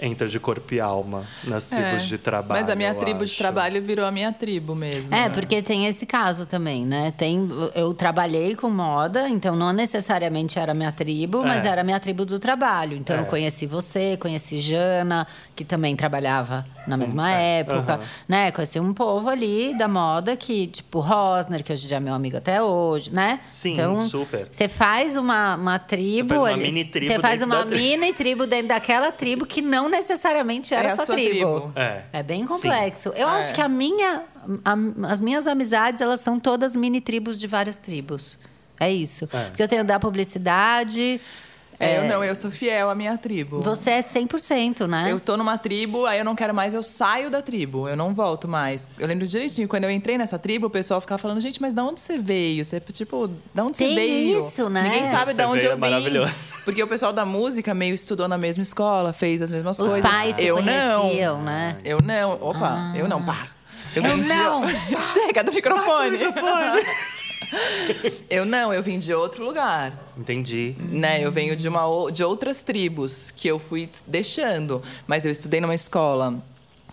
[SPEAKER 2] entra de corpo e alma nas
[SPEAKER 3] É.
[SPEAKER 2] tribos de trabalho.
[SPEAKER 3] Mas a minha
[SPEAKER 2] eu
[SPEAKER 3] tribo de
[SPEAKER 2] acho.
[SPEAKER 3] trabalho virou a minha tribo mesmo.
[SPEAKER 1] É,
[SPEAKER 3] né?
[SPEAKER 1] porque tem esse caso também, né? Tem, eu trabalhei com moda, então não necessariamente era minha tribo, mas
[SPEAKER 2] É.
[SPEAKER 1] era minha tribo do trabalho. Então eu
[SPEAKER 2] É.
[SPEAKER 1] conheci você, conheci Jana, que também trabalhava na mesma época,
[SPEAKER 2] É, aham.
[SPEAKER 1] né? Conheci um povo ali da moda que, tipo, Rosner, que hoje já é meu amigo até hoje, né?
[SPEAKER 2] Sim, super.
[SPEAKER 1] Você faz uma, uma tribo.
[SPEAKER 2] Você faz uma
[SPEAKER 1] ali-
[SPEAKER 2] mini tribo
[SPEAKER 1] Você faz
[SPEAKER 2] dentro
[SPEAKER 1] uma
[SPEAKER 2] da tribo.
[SPEAKER 1] mini tribo dentro daquela tribo que não necessariamente era
[SPEAKER 3] É a
[SPEAKER 1] sua
[SPEAKER 3] sua tribo.
[SPEAKER 2] É.
[SPEAKER 1] é bem
[SPEAKER 2] Sim.
[SPEAKER 1] complexo. Eu
[SPEAKER 3] É.
[SPEAKER 1] acho que a minha, a- as minhas amizades, elas são todas mini tribos de várias tribos. É isso.
[SPEAKER 2] É.
[SPEAKER 1] Porque eu tenho da publicidade.
[SPEAKER 3] É, Eu não, eu sou fiel à minha tribo.
[SPEAKER 1] Você é 100%, né?
[SPEAKER 3] Eu tô numa tribo, aí eu não quero mais, eu saio da tribo, eu não volto mais. Eu lembro direitinho, quando eu entrei nessa tribo, o pessoal ficava falando, gente, mas da onde você veio? Você, tipo, da onde
[SPEAKER 1] Tem
[SPEAKER 3] você veio?
[SPEAKER 1] isso, né?
[SPEAKER 3] Ninguém sabe
[SPEAKER 2] Você
[SPEAKER 3] da onde
[SPEAKER 2] veio,
[SPEAKER 3] eu
[SPEAKER 2] é
[SPEAKER 3] vim.
[SPEAKER 2] maravilhoso.
[SPEAKER 3] Porque o pessoal da música meio estudou na mesma escola, fez as mesmas
[SPEAKER 1] Os
[SPEAKER 3] coisas.
[SPEAKER 1] pais se
[SPEAKER 3] eu
[SPEAKER 1] conheciam,
[SPEAKER 3] não.
[SPEAKER 1] né?
[SPEAKER 3] Eu não. Opa, eu não, pá. Eu, vim de-
[SPEAKER 1] não.
[SPEAKER 3] Chega do microfone. eu não, eu vim de outro lugar
[SPEAKER 2] Entendi.
[SPEAKER 3] né? Eu venho de, uma, o- de outras tribos que eu fui t- deixando, mas eu estudei numa escola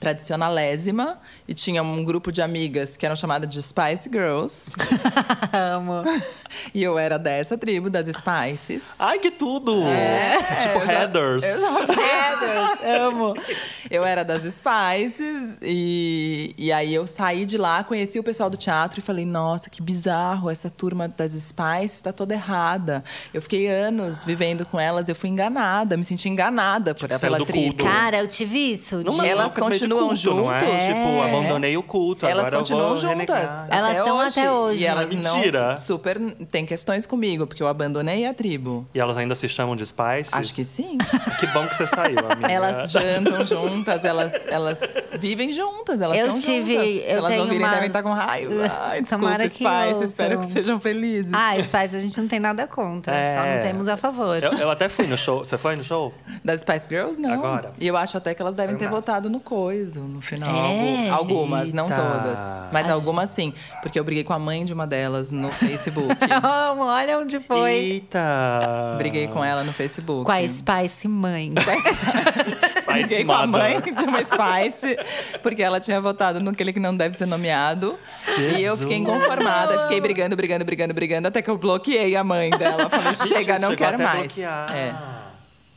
[SPEAKER 3] tradicionalésima e tinha um grupo de amigas que eram chamadas de Spice Girls
[SPEAKER 1] Amo.
[SPEAKER 3] e eu era dessa tribo das Spices.
[SPEAKER 2] Ai, que tudo!
[SPEAKER 3] É.
[SPEAKER 2] tipo
[SPEAKER 3] eu já-
[SPEAKER 2] headers.
[SPEAKER 3] eu já-
[SPEAKER 1] Pedras, amo.
[SPEAKER 3] Eu era das Spices e, e aí eu saí de lá, conheci o pessoal do teatro e falei, nossa, que bizarro, essa turma das Spices tá toda errada. Eu fiquei anos vivendo com elas, eu fui enganada, me senti enganada por,
[SPEAKER 2] Tipo, saiu
[SPEAKER 3] pela
[SPEAKER 2] do
[SPEAKER 3] tribo.
[SPEAKER 2] culto.
[SPEAKER 1] Cara, eu tive isso.
[SPEAKER 2] Não,
[SPEAKER 1] de-
[SPEAKER 2] mas é uma
[SPEAKER 3] Elas
[SPEAKER 2] coisa meio de
[SPEAKER 3] continuam
[SPEAKER 2] culto, não é?
[SPEAKER 3] juntas.
[SPEAKER 2] Tipo,
[SPEAKER 1] É.
[SPEAKER 2] abandonei o culto,
[SPEAKER 3] Elas
[SPEAKER 2] agora eu
[SPEAKER 3] continuam
[SPEAKER 2] vou renegar.
[SPEAKER 3] juntas.
[SPEAKER 1] Elas
[SPEAKER 3] até
[SPEAKER 1] estão
[SPEAKER 3] hoje.
[SPEAKER 1] até hoje.
[SPEAKER 3] E elas
[SPEAKER 2] Mentira.
[SPEAKER 3] não super tem questões comigo, porque eu abandonei a tribo.
[SPEAKER 2] E elas ainda se chamam de Spice?
[SPEAKER 3] Acho que sim.
[SPEAKER 2] Que bom que você saiu, amiga.
[SPEAKER 3] Elas jantam juntas, elas, elas vivem juntas, elas
[SPEAKER 1] Eu
[SPEAKER 3] são
[SPEAKER 1] tive-
[SPEAKER 3] juntas.
[SPEAKER 1] eu
[SPEAKER 3] Se elas
[SPEAKER 1] tenho
[SPEAKER 3] não virem, devem
[SPEAKER 1] umas-
[SPEAKER 3] estar com raiva. Ai, desculpa,
[SPEAKER 1] Tomara que ouçam.
[SPEAKER 3] Spice, espero que sejam felizes.
[SPEAKER 1] Ah, Spice, a gente não tem nada contra.
[SPEAKER 2] É.
[SPEAKER 1] Só não temos a favor.
[SPEAKER 2] Eu, eu até fui no show. Você foi no show?
[SPEAKER 3] Das Spice Girls, não.
[SPEAKER 2] Agora.
[SPEAKER 3] E eu acho até que elas devem
[SPEAKER 2] Foi
[SPEAKER 3] ter
[SPEAKER 2] massa.
[SPEAKER 3] votado no coiso, no final.
[SPEAKER 1] É?
[SPEAKER 3] Algu- Algumas, não
[SPEAKER 2] Eita.
[SPEAKER 3] todas. Mas algumas sim. Porque eu briguei com a mãe de uma delas no Facebook.
[SPEAKER 1] Amo, olha onde foi.
[SPEAKER 2] Eita!
[SPEAKER 3] briguei com ela no Facebook.
[SPEAKER 1] Com a Spice mãe.
[SPEAKER 2] Spice
[SPEAKER 3] Briguei com a
[SPEAKER 2] Mother.
[SPEAKER 3] mãe de uma Spice, porque ela tinha votado no aquele que não deve ser nomeado. E eu fiquei inconformada, fiquei brigando, brigando, brigando, brigando, até que eu bloqueei a mãe dela. Falei,
[SPEAKER 2] Gente,
[SPEAKER 3] chega, não
[SPEAKER 2] chegou
[SPEAKER 3] quero
[SPEAKER 2] até a
[SPEAKER 3] mais.
[SPEAKER 2] bloquear.
[SPEAKER 3] É.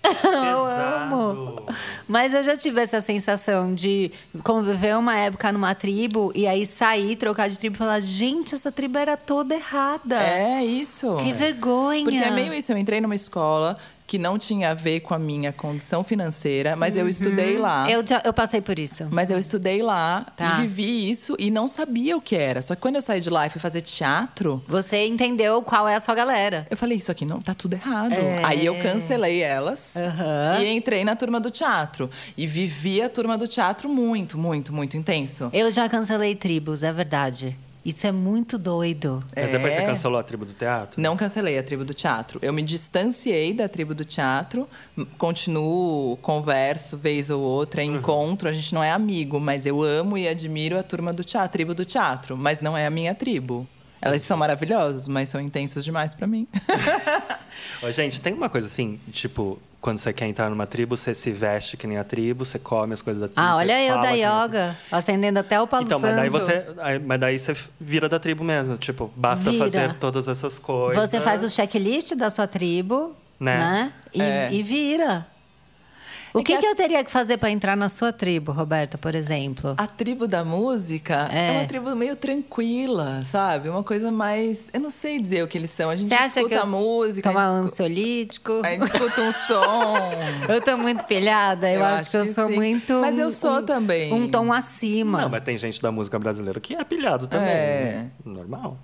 [SPEAKER 2] Pesado.
[SPEAKER 1] amo. Mas eu já tive essa sensação de conviver uma época numa tribo e aí sair, trocar de tribo e falar: gente, essa tribo era toda errada.
[SPEAKER 3] É isso.
[SPEAKER 1] Que vergonha.
[SPEAKER 3] Porque é meio isso, eu entrei numa escola que não tinha a ver com a minha condição financeira, mas
[SPEAKER 2] Uhum.
[SPEAKER 3] eu estudei lá.
[SPEAKER 1] Eu, já- eu passei por isso.
[SPEAKER 3] Mas eu estudei lá
[SPEAKER 1] Tá.
[SPEAKER 3] e vivi isso e não sabia o que era. Só que quando eu saí de lá e fui fazer teatro,
[SPEAKER 1] Você entendeu qual é a sua galera.
[SPEAKER 3] Eu falei, isso aqui não tá tudo errado.
[SPEAKER 1] É.
[SPEAKER 3] Aí eu cancelei elas
[SPEAKER 1] Aham.
[SPEAKER 3] e entrei na turma do teatro. E vivi a turma do teatro muito, muito, muito intenso.
[SPEAKER 1] Eu já cancelei tribos, é verdade. Isso é muito doido.
[SPEAKER 2] Mas depois
[SPEAKER 3] É.
[SPEAKER 2] você cancelou a tribo do teatro?
[SPEAKER 3] Não cancelei a tribo do teatro. Eu me distanciei da tribo do teatro, m- continuo, converso vez ou outra, encontro. A gente não é amigo, mas eu amo e admiro a turma do teatro, a tribo do teatro, mas não é a minha tribo. Elas são maravilhosas, mas são intensos demais pra mim.
[SPEAKER 2] Ô, gente, tem uma coisa assim, tipo, quando você quer entrar numa tribo, você se veste que nem a tribo, você come as coisas da tribo.
[SPEAKER 1] Ah,
[SPEAKER 2] você
[SPEAKER 1] olha eu
[SPEAKER 2] fala
[SPEAKER 1] da
[SPEAKER 2] que nem a
[SPEAKER 1] yoga, acendendo até o palo
[SPEAKER 2] Então, mas daí
[SPEAKER 1] santo.
[SPEAKER 2] você. aí- Mas daí você vira da tribo mesmo. Tipo, basta
[SPEAKER 1] Vira.
[SPEAKER 2] fazer todas essas coisas.
[SPEAKER 1] Você faz o checklist da sua tribo, né?
[SPEAKER 2] Né?
[SPEAKER 1] E,
[SPEAKER 3] É.
[SPEAKER 1] e vira. O que, que eu teria que fazer pra entrar na sua tribo, Roberta, por exemplo?
[SPEAKER 3] A tribo da música é.
[SPEAKER 1] É.
[SPEAKER 3] uma tribo meio tranquila, sabe? Uma coisa mais. Eu não sei dizer o que eles são. A gente
[SPEAKER 1] Você acha que
[SPEAKER 3] escuta
[SPEAKER 1] eu
[SPEAKER 3] a música, a
[SPEAKER 1] Tomar um
[SPEAKER 3] gente, escu-
[SPEAKER 1] ansiolítico?
[SPEAKER 3] a gente escuta um som.
[SPEAKER 1] Eu tô muito pilhada, eu,
[SPEAKER 3] Eu
[SPEAKER 1] acho,
[SPEAKER 3] acho
[SPEAKER 1] que eu
[SPEAKER 3] que
[SPEAKER 1] sou
[SPEAKER 3] sim.
[SPEAKER 1] muito.
[SPEAKER 3] Mas eu
[SPEAKER 1] um-
[SPEAKER 3] sou
[SPEAKER 1] um-
[SPEAKER 3] também.
[SPEAKER 1] Um tom acima.
[SPEAKER 2] Não, mas tem gente da música brasileira que é pilhado também.
[SPEAKER 3] É.
[SPEAKER 2] né? Normal.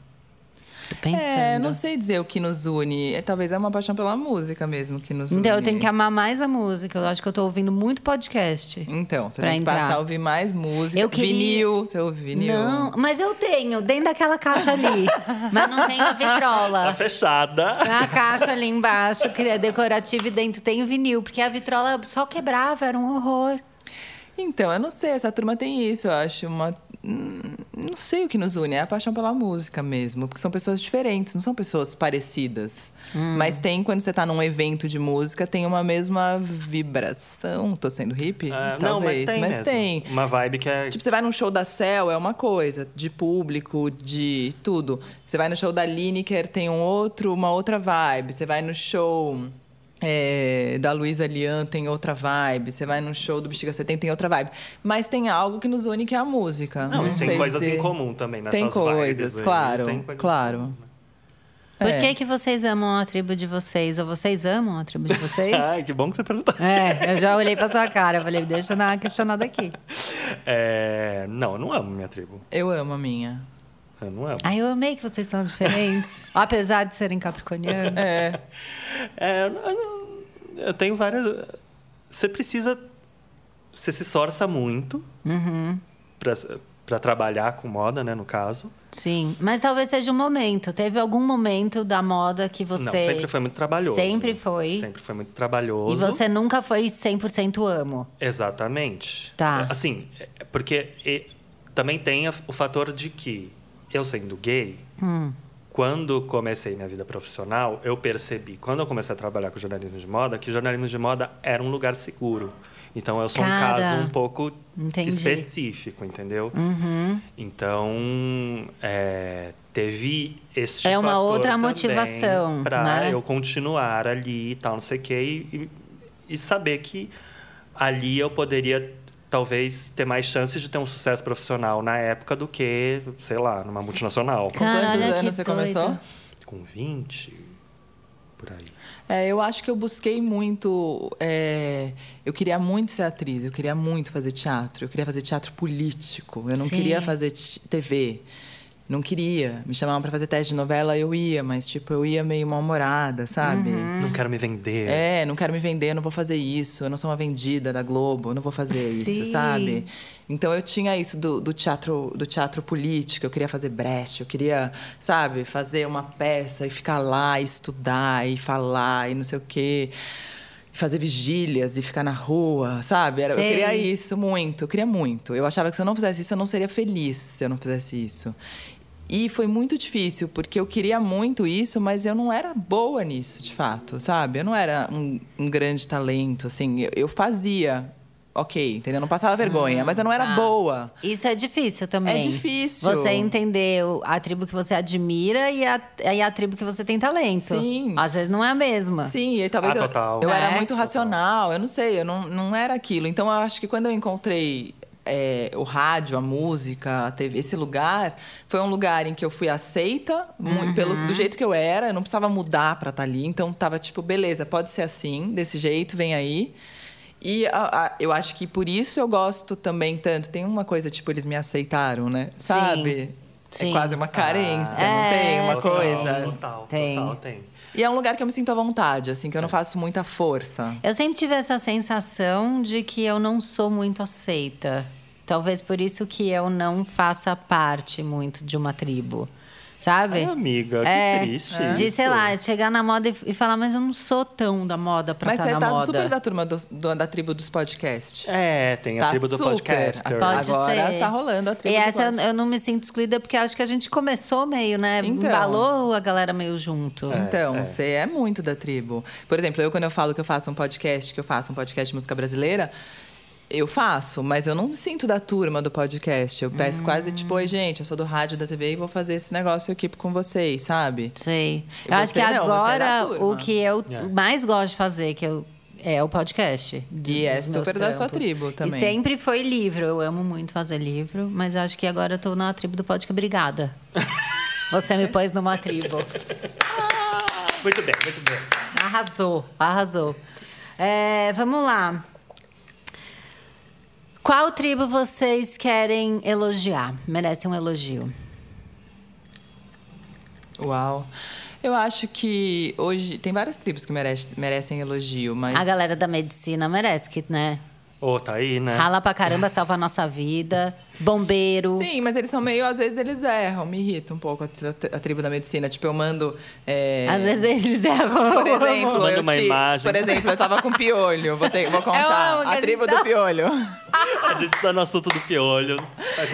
[SPEAKER 1] Tô pensando.
[SPEAKER 3] É, não sei dizer o que nos une. É, talvez é uma paixão pela música mesmo que nos une.
[SPEAKER 1] Então eu tenho que amar mais a música. Eu acho que eu tô ouvindo muito podcast.
[SPEAKER 3] Então, você
[SPEAKER 1] pra
[SPEAKER 3] tem que
[SPEAKER 1] entrar.
[SPEAKER 3] passar a ouvir mais música.
[SPEAKER 1] Eu queria-
[SPEAKER 3] Vinil, você ouve vinil.
[SPEAKER 1] Não, mas eu tenho, dentro daquela caixa ali. mas não tenho a
[SPEAKER 2] Tá
[SPEAKER 1] vitrola.
[SPEAKER 2] fechada.
[SPEAKER 1] Tem uma caixa ali embaixo, que é decorativa e dentro tem o vinil, porque a vitrola só quebrava, era um horror.
[SPEAKER 3] Então, eu não sei, essa turma tem isso, eu acho uma hum, não sei o que nos une, é a paixão pela música mesmo, porque são pessoas diferentes, não são pessoas parecidas.
[SPEAKER 2] Hum.
[SPEAKER 3] Mas tem quando você tá num evento de música, tem uma mesma vibração. Tô sendo hippie?
[SPEAKER 2] Ah, não, mas
[SPEAKER 3] Talvez,
[SPEAKER 2] tem. mesmo.
[SPEAKER 3] tem.
[SPEAKER 2] Uma vibe que é.
[SPEAKER 3] Tipo, você vai num show da Cell, é uma coisa, de público, de tudo. Você vai no show da Lineker, tem um outro, uma outra vibe. Você vai no show é, da Luísa Lian, tem outra vibe. Você vai no show do Bexiga 70, tem outra vibe. Mas tem algo que nos une, que é a música.
[SPEAKER 2] não, e tem
[SPEAKER 3] sei
[SPEAKER 2] coisas
[SPEAKER 3] se-
[SPEAKER 2] em comum também nessas
[SPEAKER 3] Tem
[SPEAKER 2] vibes
[SPEAKER 3] coisas,
[SPEAKER 2] aí.
[SPEAKER 3] claro,
[SPEAKER 2] Tem coisas- né?
[SPEAKER 3] claro.
[SPEAKER 1] Por
[SPEAKER 3] É.
[SPEAKER 1] que, que vocês amam a tribo de vocês? Ou vocês amam a tribo de vocês?
[SPEAKER 2] Ai, que bom que você perguntou.
[SPEAKER 4] É, eu já olhei pra sua cara, eu falei, deixa eu dar uma questionada aqui.
[SPEAKER 2] É, não, eu não amo minha tribo.
[SPEAKER 3] Eu amo a minha.
[SPEAKER 2] Eu não amo.
[SPEAKER 1] Ai, eu amei que vocês são diferentes.
[SPEAKER 4] Apesar de serem capricornianos.
[SPEAKER 3] É,
[SPEAKER 2] É, eu, não- eu não- eu tenho várias. Você precisa. Você se esforça muito
[SPEAKER 1] Uhum.
[SPEAKER 2] pra, pra trabalhar com moda, né? No caso.
[SPEAKER 1] Sim, mas talvez seja um momento. Teve algum momento da moda que você.
[SPEAKER 2] Não, sempre foi muito trabalhoso.
[SPEAKER 1] Sempre foi.
[SPEAKER 2] Sempre foi muito trabalhoso.
[SPEAKER 1] E você nunca foi 100% amo.
[SPEAKER 2] Exatamente.
[SPEAKER 1] Tá.
[SPEAKER 2] É, Assim, é, porque é, também tem a- o fator de que eu sendo gay,
[SPEAKER 1] Hum.
[SPEAKER 2] quando comecei minha vida profissional, eu percebi, quando eu comecei a trabalhar com jornalismo de moda, que jornalismo de moda era um lugar seguro. Então eu sou
[SPEAKER 1] Cara,
[SPEAKER 2] um caso um pouco
[SPEAKER 1] entendi. Uhum.
[SPEAKER 2] específico, entendeu? Então é, teve este
[SPEAKER 1] É uma
[SPEAKER 2] fator
[SPEAKER 1] outra
[SPEAKER 2] também
[SPEAKER 1] motivação,
[SPEAKER 2] pra
[SPEAKER 1] né?
[SPEAKER 2] eu continuar ali e tal, não sei o quê. E, e saber que ali eu poderia, talvez, ter mais chances de ter um sucesso profissional na época do que, sei lá, numa multinacional.
[SPEAKER 3] com
[SPEAKER 1] Cara,
[SPEAKER 3] quantos
[SPEAKER 1] olha que
[SPEAKER 3] anos você
[SPEAKER 1] doida.
[SPEAKER 3] começou?
[SPEAKER 2] Com 20, por aí.
[SPEAKER 3] É, eu acho que eu busquei muito. é, eu queria muito ser atriz, eu queria muito fazer teatro, eu queria fazer teatro político, eu não
[SPEAKER 1] Sim.
[SPEAKER 3] queria fazer ti- TV. Não queria. Me chamavam pra fazer teste de novela, eu ia, mas tipo, eu ia meio mal-humorada, sabe?
[SPEAKER 1] Uhum.
[SPEAKER 2] Não quero me vender.
[SPEAKER 3] É, não quero me vender, não vou fazer isso. Eu não sou uma vendida da Globo, eu não vou fazer
[SPEAKER 1] Sim.
[SPEAKER 3] isso, sabe? Então eu tinha isso do, do teatro, do teatro político. Eu queria fazer brecht, eu queria, sabe, fazer uma peça e ficar lá, e estudar e falar e não sei o quê. E Fazer vigílias e ficar na rua, sabe? Era- eu
[SPEAKER 1] Sei.
[SPEAKER 3] queria isso muito, eu queria muito. Eu achava que se eu não fizesse isso, eu não seria feliz se eu não fizesse isso. E foi muito difícil, porque eu queria muito isso, mas eu não era boa nisso, de fato, sabe? Eu não era um, um grande talento, assim. Eu, eu fazia, ok, entendeu? Não passava vergonha, mas eu não era
[SPEAKER 1] tá.
[SPEAKER 3] boa.
[SPEAKER 1] Isso é difícil também.
[SPEAKER 3] É difícil.
[SPEAKER 1] Você entender o- a tribo que você admira e a, e a tribo que você tem talento.
[SPEAKER 3] Sim.
[SPEAKER 1] Às vezes não é a mesma.
[SPEAKER 3] Sim, e talvez
[SPEAKER 2] Ah,
[SPEAKER 3] eu,
[SPEAKER 2] total.
[SPEAKER 3] eu era
[SPEAKER 1] É.
[SPEAKER 3] muito racional, eu não sei, eu não, não era aquilo. Então eu acho que quando eu encontrei é, o rádio, a música, a TV, esse lugar, foi um lugar em que eu fui aceita
[SPEAKER 1] Uhum.
[SPEAKER 3] muito pelo do jeito que eu era, eu não precisava mudar pra estar ali. Então tava tipo, beleza, pode ser assim, desse jeito, vem aí. E a- a- eu acho que por isso eu gosto também tanto. Tem uma coisa, tipo, eles me aceitaram, né?
[SPEAKER 1] Sim.
[SPEAKER 3] Sabe?
[SPEAKER 1] Sim.
[SPEAKER 3] É quase uma carência,
[SPEAKER 1] É,
[SPEAKER 3] não tem? Uma
[SPEAKER 2] total,
[SPEAKER 3] coisa.
[SPEAKER 2] assim, Total,
[SPEAKER 1] Tem.
[SPEAKER 2] total, tem.
[SPEAKER 3] E é um lugar que eu me sinto à vontade, assim, que
[SPEAKER 2] É.
[SPEAKER 3] eu não faço muita força.
[SPEAKER 1] Eu sempre tive essa sensação de que eu não sou muito aceita. Talvez por isso que eu não faça parte muito de uma tribo. Sabe?
[SPEAKER 2] Ai, amiga, que
[SPEAKER 1] É,
[SPEAKER 2] triste
[SPEAKER 1] De,
[SPEAKER 2] isso.
[SPEAKER 1] sei lá, chegar na moda e, e falar, mas eu não sou tão da moda pra
[SPEAKER 3] Mas
[SPEAKER 1] estar
[SPEAKER 3] você
[SPEAKER 1] na
[SPEAKER 3] tá
[SPEAKER 1] moda.
[SPEAKER 3] super da turma do- do- da tribo dos podcasts.
[SPEAKER 2] É, tem a
[SPEAKER 3] Tá
[SPEAKER 2] tribo do
[SPEAKER 3] super.
[SPEAKER 2] podcaster.
[SPEAKER 3] Pode
[SPEAKER 1] Agora
[SPEAKER 3] Agora tá rolando a tribo
[SPEAKER 1] E
[SPEAKER 3] do
[SPEAKER 1] É essa eu,
[SPEAKER 3] podcast.
[SPEAKER 1] eu não me sinto excluída porque acho que a gente começou meio, né?
[SPEAKER 3] Então.
[SPEAKER 1] Embalou a galera meio junto.
[SPEAKER 3] Então,
[SPEAKER 2] é.
[SPEAKER 3] você é muito da tribo. Por exemplo, eu quando eu falo que eu faço um podcast, que eu faço um podcast de música brasileira, eu faço, mas eu não me sinto da turma do podcast. Eu peço quase tipo,
[SPEAKER 1] Hum.
[SPEAKER 3] oi, gente, eu sou do rádio da TV e vou fazer esse negócio aqui com vocês, sabe?
[SPEAKER 1] Sei.
[SPEAKER 3] E
[SPEAKER 1] Eu acho que
[SPEAKER 3] você não, você é da
[SPEAKER 1] agora
[SPEAKER 3] turma.
[SPEAKER 1] o que eu
[SPEAKER 2] É.
[SPEAKER 1] mais gosto de fazer, que eu. É o podcast. do-
[SPEAKER 3] E é
[SPEAKER 1] dos meus
[SPEAKER 3] super da sua
[SPEAKER 1] trampos.
[SPEAKER 3] tribo também.
[SPEAKER 1] E sempre foi livro. Eu amo muito fazer livro, mas acho que agora eu tô na tribo do podcast. Obrigada. Você me pôs numa tribo.
[SPEAKER 2] Muito bem, muito bem.
[SPEAKER 1] Arrasou, arrasou. É, vamos lá. Qual tribo vocês querem elogiar? Merece um elogio.
[SPEAKER 3] Uau. Eu acho que hoje tem várias tribos que merece- merecem elogio, mas
[SPEAKER 1] A galera da medicina merece, que, né?
[SPEAKER 2] Ô, tá aí, né?
[SPEAKER 1] Rala pra caramba, salva a nossa vida. Bombeiro.
[SPEAKER 3] Sim, mas eles são meio, às vezes eles erram, me irrita um pouco a, tri- a tribo da medicina. Tipo, eu mando. é,
[SPEAKER 1] Às vezes eles erram.
[SPEAKER 3] Por exemplo,
[SPEAKER 2] Manda
[SPEAKER 3] eu
[SPEAKER 2] uma
[SPEAKER 3] te-
[SPEAKER 2] imagem.
[SPEAKER 3] Por exemplo, eu tava com piolho. Vou, ter- vou
[SPEAKER 1] Eu
[SPEAKER 3] contar.
[SPEAKER 1] amo que a
[SPEAKER 3] a
[SPEAKER 1] gente
[SPEAKER 3] tribo
[SPEAKER 1] tá-
[SPEAKER 3] do piolho.
[SPEAKER 2] A gente tá no assunto do piolho.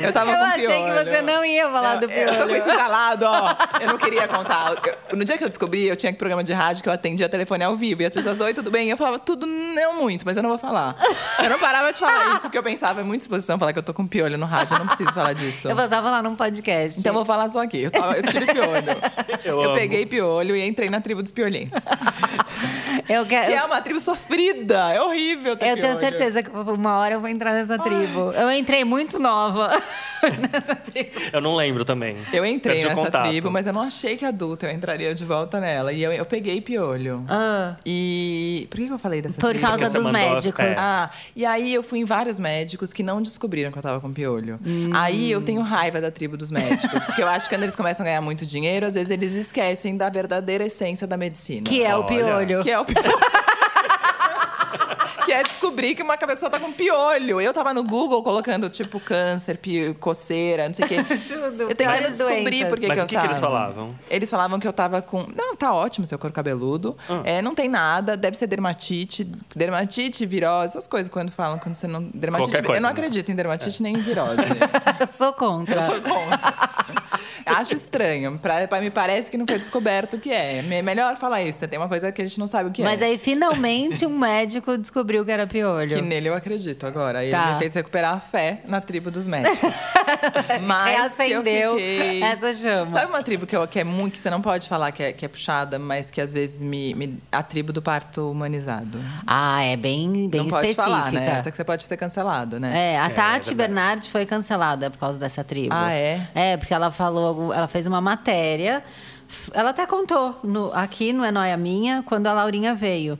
[SPEAKER 3] Eu tava
[SPEAKER 1] Eu
[SPEAKER 3] com
[SPEAKER 1] achei
[SPEAKER 3] piolho.
[SPEAKER 1] que você não ia falar do
[SPEAKER 3] é, Eu tô com
[SPEAKER 1] piolho.
[SPEAKER 3] isso entalado, ó. Eu não queria contar. Eu- no dia que eu descobri, eu tinha um programa de rádio que eu atendia telefone ao vivo. E as pessoas, oi, tudo bem? E eu falava, tudo não muito, mas eu não vou falar. Eu não parava de falar isso, porque eu pensava, é muita exposição falar que eu tô com piolho no rádio, eu não preciso falar disso.
[SPEAKER 1] Eu vou só falar num podcast.
[SPEAKER 3] Então eu vou falar só aqui. Eu, tava, eu tive piolho.
[SPEAKER 2] Eu
[SPEAKER 3] Eu,
[SPEAKER 2] amo.
[SPEAKER 3] peguei piolho e entrei na tribo dos piolhentos.
[SPEAKER 1] eu quero.
[SPEAKER 3] que é uma tribo sofrida. É horrível ter
[SPEAKER 1] Eu tenho
[SPEAKER 3] piolho.
[SPEAKER 1] certeza que uma hora eu vou entrar nessa tribo. Eu entrei muito nova nessa tribo.
[SPEAKER 2] Eu não lembro também.
[SPEAKER 3] Eu entrei
[SPEAKER 2] Perdi o
[SPEAKER 3] nessa
[SPEAKER 2] contato.
[SPEAKER 3] tribo, mas eu não achei que adulta eu entraria de volta nela. E eu, eu peguei piolho.
[SPEAKER 1] Ah.
[SPEAKER 3] E. Por que que eu falei dessa
[SPEAKER 1] Por
[SPEAKER 3] tribo?
[SPEAKER 1] causa
[SPEAKER 2] você
[SPEAKER 1] dos
[SPEAKER 2] mandou a
[SPEAKER 1] médicos.
[SPEAKER 2] festa.
[SPEAKER 3] Ah, e aí eu fui em vários médicos que não descobriram que eu tava com piolho.
[SPEAKER 1] Hum.
[SPEAKER 3] Aí eu tenho raiva da tribo dos médicos. porque eu acho que quando eles começam a ganhar muito dinheiro, às vezes eles esquecem da verdadeira essência da medicina.
[SPEAKER 1] Que é o
[SPEAKER 2] Olha.
[SPEAKER 1] piolho.
[SPEAKER 3] Que é o piolho. que é descobrir que uma pessoa tá com piolho. Eu tava no Google colocando, tipo, câncer, pi- coceira, não sei o quê.
[SPEAKER 1] é Tudo,
[SPEAKER 3] Eu tenho que
[SPEAKER 1] várias
[SPEAKER 3] descobrir
[SPEAKER 1] doenças.
[SPEAKER 3] por que,
[SPEAKER 2] Mas
[SPEAKER 3] que
[SPEAKER 2] o
[SPEAKER 3] eu
[SPEAKER 2] que,
[SPEAKER 3] tava.
[SPEAKER 2] que eles falavam?
[SPEAKER 3] Eles falavam que eu tava com. Não, tá ótimo seu couro cabeludo.
[SPEAKER 2] Ah.
[SPEAKER 3] É, não tem nada, deve ser dermatite. Dermatite, virose, essas coisas quando falam quando você não. Dermatite.
[SPEAKER 2] Qualquer coisa,
[SPEAKER 3] eu não
[SPEAKER 2] né?
[SPEAKER 3] acredito em dermatite nem em virose.
[SPEAKER 1] Eu sou contra.
[SPEAKER 3] eu sou contra. Acho estranho. Pra, pra- me parece que não foi descoberto o que é. Me- Melhor falar isso. Você tem uma coisa que a gente não sabe o que
[SPEAKER 1] Mas
[SPEAKER 3] é.
[SPEAKER 1] aí, finalmente, um médico descobriu que era piolho.
[SPEAKER 3] Que nele eu acredito agora. Aí
[SPEAKER 1] Tá.
[SPEAKER 3] Ele me fez recuperar a fé na tribo dos médicos. Mas que
[SPEAKER 1] Reacendeu
[SPEAKER 3] eu fiquei...
[SPEAKER 1] essa chama.
[SPEAKER 3] Sabe uma tribo que, eu- que é muito, que você não pode falar que é, que é puxada, mas que às vezes me, me- A tribo do parto humanizado.
[SPEAKER 1] Ah, é bem, bem
[SPEAKER 3] não pode
[SPEAKER 1] específica.
[SPEAKER 3] falar, né? Essa que você pode ser cancelado, né?
[SPEAKER 1] É, a
[SPEAKER 2] É,
[SPEAKER 1] Tati
[SPEAKER 2] é verdade.
[SPEAKER 1] Bernardi foi cancelada por causa dessa tribo.
[SPEAKER 3] Ah, é?
[SPEAKER 1] É, porque ela falou, algum- ela fez uma matéria. f- Ela até contou no- aqui no É Noia Minha, quando a Laurinha veio.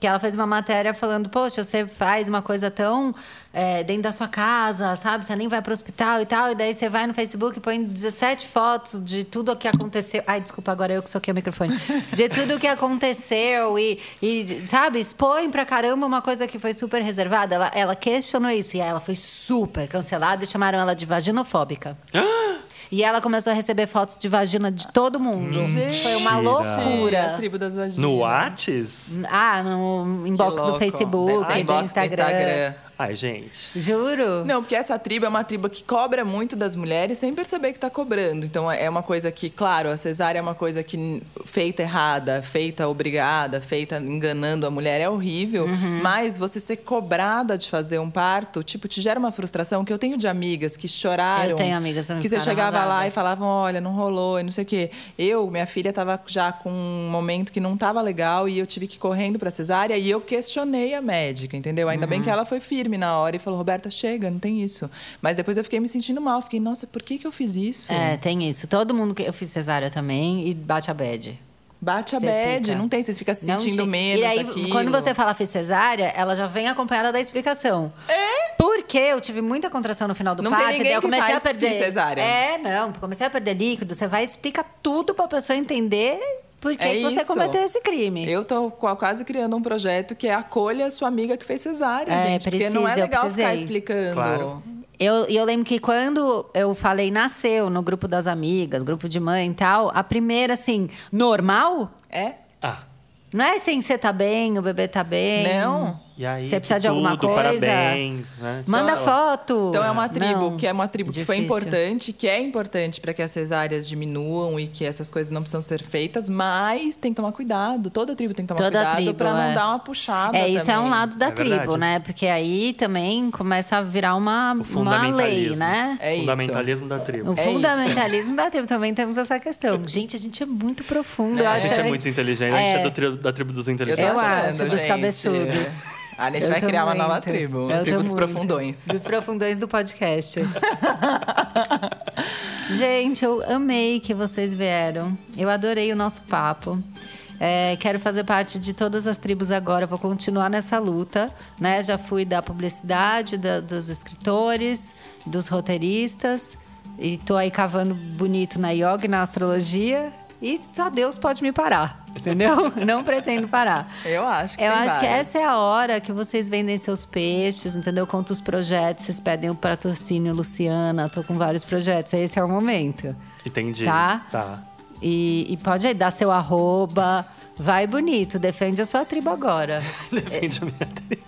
[SPEAKER 1] Que ela fez uma matéria falando, poxa, você faz uma coisa tão é, dentro da sua casa, sabe? Você nem vai pro hospital e tal. E daí você vai no Facebook e põe 17 fotos de tudo o que aconteceu. Ai, desculpa, agora eu que soquei o microfone. De tudo o que aconteceu e, e, sabe, expõe pra caramba uma coisa que foi super reservada. Ela, ela questionou isso. E aí ela foi super cancelada e chamaram ela de vaginofóbica. E ela começou a receber fotos de vagina de todo mundo. É. Foi uma
[SPEAKER 3] A
[SPEAKER 1] loucura.
[SPEAKER 3] tribo das vaginas.
[SPEAKER 2] No Whats?
[SPEAKER 1] Ah, no
[SPEAKER 3] Que
[SPEAKER 1] inbox do
[SPEAKER 3] louco.
[SPEAKER 1] Facebook,
[SPEAKER 3] Deve ser
[SPEAKER 1] do
[SPEAKER 3] inbox
[SPEAKER 1] Instagram.
[SPEAKER 2] Ai, gente.
[SPEAKER 1] Juro?
[SPEAKER 3] Não, porque essa tribo é uma tribo que cobra muito das mulheres sem perceber que tá cobrando. Então é uma coisa que, claro, a cesárea é uma coisa que n- feita errada, feita obrigada, feita enganando a mulher é horrível,
[SPEAKER 1] Uhum.
[SPEAKER 3] mas você ser cobrada de fazer um parto, tipo, te gera uma frustração que eu tenho de amigas que choraram.
[SPEAKER 1] Eu tenho amigas também
[SPEAKER 3] que
[SPEAKER 1] que
[SPEAKER 3] você
[SPEAKER 1] ficaram
[SPEAKER 3] chegava lá
[SPEAKER 1] arrasadas.
[SPEAKER 3] e falavam, olha, não rolou, e não sei o quê. Eu, minha filha tava já com um momento que não tava legal e eu tive que ir correndo pra cesárea e eu questionei a médica, entendeu? Ainda bem que ela foi firme na hora e falou, Roberta, chega, não tem isso. Mas depois eu fiquei me sentindo mal, fiquei, nossa, por que que eu fiz isso?
[SPEAKER 1] É, tem isso. Todo mundo que eu fiz cesárea também e bate a bad.
[SPEAKER 3] Bate a
[SPEAKER 1] Você
[SPEAKER 3] bad,
[SPEAKER 1] fica-
[SPEAKER 3] não tem, vocês ficam se
[SPEAKER 1] Não
[SPEAKER 3] sentindo
[SPEAKER 1] te-
[SPEAKER 3] menos
[SPEAKER 1] E aí,
[SPEAKER 3] daquilo.
[SPEAKER 1] quando você fala fiz cesárea, ela já vem acompanhada da explicação. É? Porque eu tive muita contração no final do
[SPEAKER 3] Não tem
[SPEAKER 1] parto,
[SPEAKER 3] ninguém
[SPEAKER 1] daí eu
[SPEAKER 3] que
[SPEAKER 1] comecei
[SPEAKER 3] faz
[SPEAKER 1] a perder.
[SPEAKER 3] fiz cesárea.
[SPEAKER 1] É, não, comecei a perder líquido, você vai e explica tudo pra pessoa entender por que
[SPEAKER 3] É
[SPEAKER 1] que você
[SPEAKER 3] isso.
[SPEAKER 1] cometeu esse crime.
[SPEAKER 3] Eu tô qua- quase criando um projeto que é acolha a sua amiga que fez cesárea,
[SPEAKER 1] É,
[SPEAKER 3] gente. porque não é
[SPEAKER 1] precisa, eu
[SPEAKER 3] legal ficar
[SPEAKER 1] precisei.
[SPEAKER 3] explicando.
[SPEAKER 2] Claro.
[SPEAKER 1] Eu, e eu lembro que quando eu falei nasceu no grupo das amigas, grupo de mãe e tal, a primeira, assim, normal?
[SPEAKER 3] É?
[SPEAKER 2] Ah,
[SPEAKER 1] Não é assim, você tá bem, o bebê tá bem.
[SPEAKER 3] Não.
[SPEAKER 2] e aí?
[SPEAKER 1] Você precisa de
[SPEAKER 2] tudo,
[SPEAKER 1] alguma coisa?
[SPEAKER 2] Parabéns, né?
[SPEAKER 1] Manda
[SPEAKER 2] Então,
[SPEAKER 1] foto.
[SPEAKER 3] Então é uma tribo,
[SPEAKER 1] Não.
[SPEAKER 3] que é uma tribo que foi
[SPEAKER 1] Difícil.
[SPEAKER 3] importante, que é importante para que as cesáreas diminuam e que essas coisas não precisam ser feitas, mas tem que tomar cuidado. Toda tribo tem que tomar
[SPEAKER 1] Toda
[SPEAKER 3] cuidado
[SPEAKER 1] tribo,
[SPEAKER 3] para não
[SPEAKER 1] é.
[SPEAKER 3] dar uma puxada.
[SPEAKER 1] É, isso é um
[SPEAKER 3] também.
[SPEAKER 1] lado da
[SPEAKER 2] É
[SPEAKER 1] tribo,
[SPEAKER 2] verdade.
[SPEAKER 1] né? Porque aí também começa a virar uma,
[SPEAKER 2] O
[SPEAKER 1] uma
[SPEAKER 2] fundamentalismo.
[SPEAKER 1] lei, né?
[SPEAKER 3] É
[SPEAKER 2] o
[SPEAKER 3] isso.
[SPEAKER 2] fundamentalismo da tribo.
[SPEAKER 1] O
[SPEAKER 3] É
[SPEAKER 1] fundamentalismo da tribo também temos essa questão. Gente, a gente é muito profundo. Eu
[SPEAKER 2] A
[SPEAKER 1] acho
[SPEAKER 2] gente
[SPEAKER 1] que
[SPEAKER 2] é muito inteligente, a gente é do tri- da tribo dos
[SPEAKER 3] Eu, tô
[SPEAKER 2] inteligentes.
[SPEAKER 1] Eu
[SPEAKER 3] achando,
[SPEAKER 1] acho, dos
[SPEAKER 3] gente.
[SPEAKER 1] cabeçudos.
[SPEAKER 3] A gente
[SPEAKER 1] Eu
[SPEAKER 3] vai
[SPEAKER 1] tô
[SPEAKER 3] criar uma nova
[SPEAKER 1] muito.
[SPEAKER 3] tribo, a
[SPEAKER 1] Eu
[SPEAKER 3] tribo
[SPEAKER 1] tô muito.
[SPEAKER 3] dos profundões.
[SPEAKER 1] Dos profundões do podcast. Gente, eu amei que vocês vieram. Eu adorei o nosso papo. É, quero fazer parte de todas as tribos agora. Vou continuar nessa luta, né? Já fui da publicidade, da- dos escritores, dos roteiristas. E tô aí cavando bonito na yoga e na astrologia. E só Deus pode me parar, entendeu? Não pretendo parar.
[SPEAKER 3] Eu acho que
[SPEAKER 1] Eu
[SPEAKER 3] tem
[SPEAKER 1] acho que
[SPEAKER 3] várias.
[SPEAKER 1] essa é a hora que vocês vendem seus peixes, entendeu? Conta os projetos, vocês pedem o patrocínio, Luciana. Tô com vários projetos, esse é o momento.
[SPEAKER 2] Entendi.
[SPEAKER 1] Tá.
[SPEAKER 2] Tá.
[SPEAKER 1] E, e pode aí dar seu arroba. Vai bonito, defende a sua tribo agora.
[SPEAKER 2] Defende a minha tribo.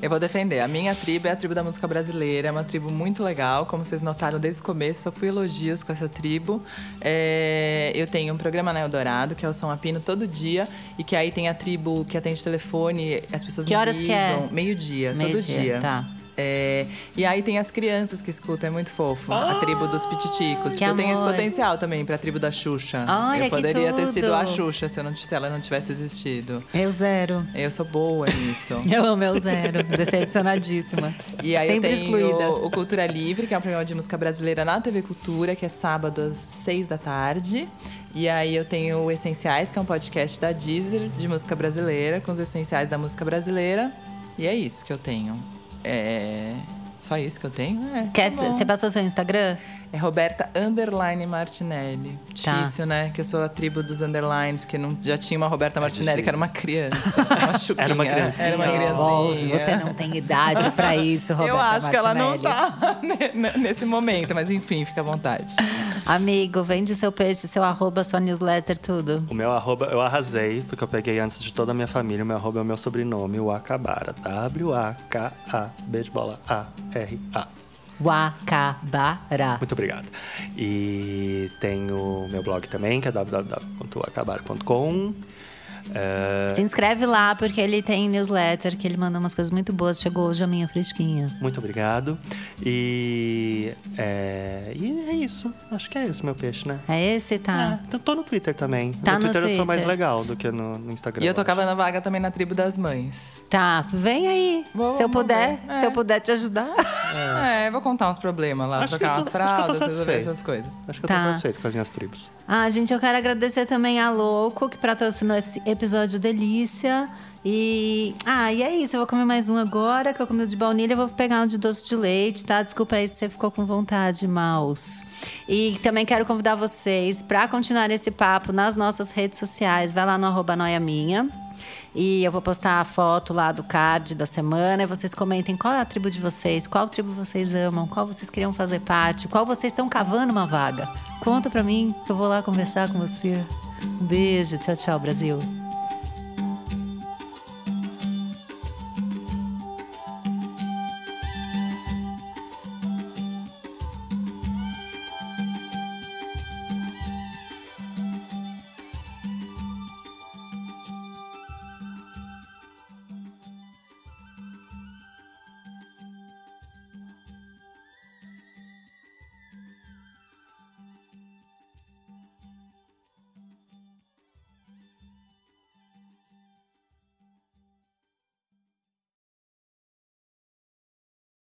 [SPEAKER 3] Eu vou defender. A minha tribo é a tribo da música brasileira, é uma tribo muito legal. Como vocês notaram desde o começo, só fui elogios com essa tribo. É, eu tenho um programa na Eldorado, que é o São Apino, todo dia, e que aí tem a tribo que atende telefone, as pessoas
[SPEAKER 1] Que
[SPEAKER 3] me
[SPEAKER 1] horas que
[SPEAKER 3] ligam.
[SPEAKER 1] é?
[SPEAKER 3] Meio-dia, todo
[SPEAKER 1] Meio-dia,
[SPEAKER 3] dia.
[SPEAKER 1] tá.
[SPEAKER 3] É, e aí tem as crianças que escutam, é muito fofo. A tribo dos pititicos.
[SPEAKER 1] Ah, que
[SPEAKER 3] eu tenho esse
[SPEAKER 1] amor.
[SPEAKER 3] potencial também pra tribo da Xuxa.
[SPEAKER 1] Olha
[SPEAKER 3] eu
[SPEAKER 1] que
[SPEAKER 3] poderia ter
[SPEAKER 1] tudo.
[SPEAKER 3] sido a Xuxa se, eu não, se ela não tivesse existido.
[SPEAKER 1] Eu zero.
[SPEAKER 3] Eu sou boa nisso.
[SPEAKER 1] Eu amo eu zero. Decepcionadíssima.
[SPEAKER 3] E aí
[SPEAKER 1] Sempre
[SPEAKER 3] eu tenho
[SPEAKER 1] excluída.
[SPEAKER 3] o Cultura Livre, que é um programa de música brasileira na TV Cultura, que é sábado às seis da tarde. E aí eu tenho o Essenciais, que é um podcast da Deezer de música brasileira, com os essenciais da música brasileira. E é isso que eu tenho. É. Só isso que eu tenho? É. tá
[SPEAKER 1] Quer-
[SPEAKER 3] bom.
[SPEAKER 1] você passou seu Instagram?
[SPEAKER 3] É Roberta Underline Martinelli.
[SPEAKER 1] Tá.
[SPEAKER 3] Difícil, né? Que eu sou a tribo dos underlines, que não, já tinha uma Roberta Martinelli,
[SPEAKER 2] É difícil.
[SPEAKER 3] que era uma criança. Uma chuquinha.
[SPEAKER 2] Era uma criancinha.
[SPEAKER 3] Era uma
[SPEAKER 1] Volve,
[SPEAKER 3] Tá. criancinha.
[SPEAKER 1] você não tem idade pra isso, Roberta
[SPEAKER 3] Eu acho que ela não
[SPEAKER 1] Martinelli.
[SPEAKER 3] tá ne- ne- nesse momento, mas enfim, fica à vontade.
[SPEAKER 1] Amigo, vende seu peixe, seu arroba, sua newsletter, tudo.
[SPEAKER 2] O meu arroba eu arrasei, porque eu peguei antes de toda a minha família. O meu arroba é o meu sobrenome, o Acabara. W-A-K-A, B de bola, A-R-A.
[SPEAKER 1] Wakabara.
[SPEAKER 2] Muito obrigado. E tenho meu blog também, que é www.acabara.com. É,
[SPEAKER 1] Se inscreve lá, porque ele tem newsletter, que ele manda umas coisas muito boas. Chegou hoje a minha fresquinha.
[SPEAKER 2] muito obrigado. E é, e é isso. Acho que é esse meu peixe, né?
[SPEAKER 1] É esse, tá?
[SPEAKER 2] É, eu tô no Twitter também.
[SPEAKER 1] Tá
[SPEAKER 2] no
[SPEAKER 1] no
[SPEAKER 2] Twitter eu sou mais
[SPEAKER 1] Twitter.
[SPEAKER 2] legal do que no, no Instagram.
[SPEAKER 3] E eu
[SPEAKER 2] acho.
[SPEAKER 3] tocava na vaga também na tribo das mães.
[SPEAKER 1] Tá, vem aí.
[SPEAKER 3] Vou-
[SPEAKER 1] se eu
[SPEAKER 3] vou
[SPEAKER 1] puder,
[SPEAKER 3] É. ver. É.
[SPEAKER 1] se eu puder te ajudar.
[SPEAKER 3] É, eu vou contar uns problemas lá,
[SPEAKER 2] Acho que eu
[SPEAKER 3] trocar
[SPEAKER 2] tô- acho
[SPEAKER 3] umas
[SPEAKER 2] que eu tô
[SPEAKER 3] fraldas, resolver
[SPEAKER 2] satisfeito.
[SPEAKER 3] essas coisas.
[SPEAKER 2] Acho que eu
[SPEAKER 1] Tá.
[SPEAKER 2] tô satisfeito com as minhas tribos.
[SPEAKER 1] Ah, gente, eu quero agradecer também a Louco, que patrocinou esse episódio delícia. E. Ah, e é isso. Eu vou comer mais um agora, que eu comi o de baunilha. Eu vou pegar um de doce de leite, tá? Desculpa aí se você ficou com vontade, Maus. E também quero convidar vocês para continuar esse papo nas nossas redes sociais. Vai lá no arroba noia minha. E eu vou postar a foto lá do card da semana. E vocês comentem qual é a tribo de vocês, qual tribo vocês amam, qual vocês queriam fazer parte, qual vocês estão cavando uma vaga. Conta pra mim, que eu vou lá conversar com você. Um beijo, tchau, tchau, Brasil.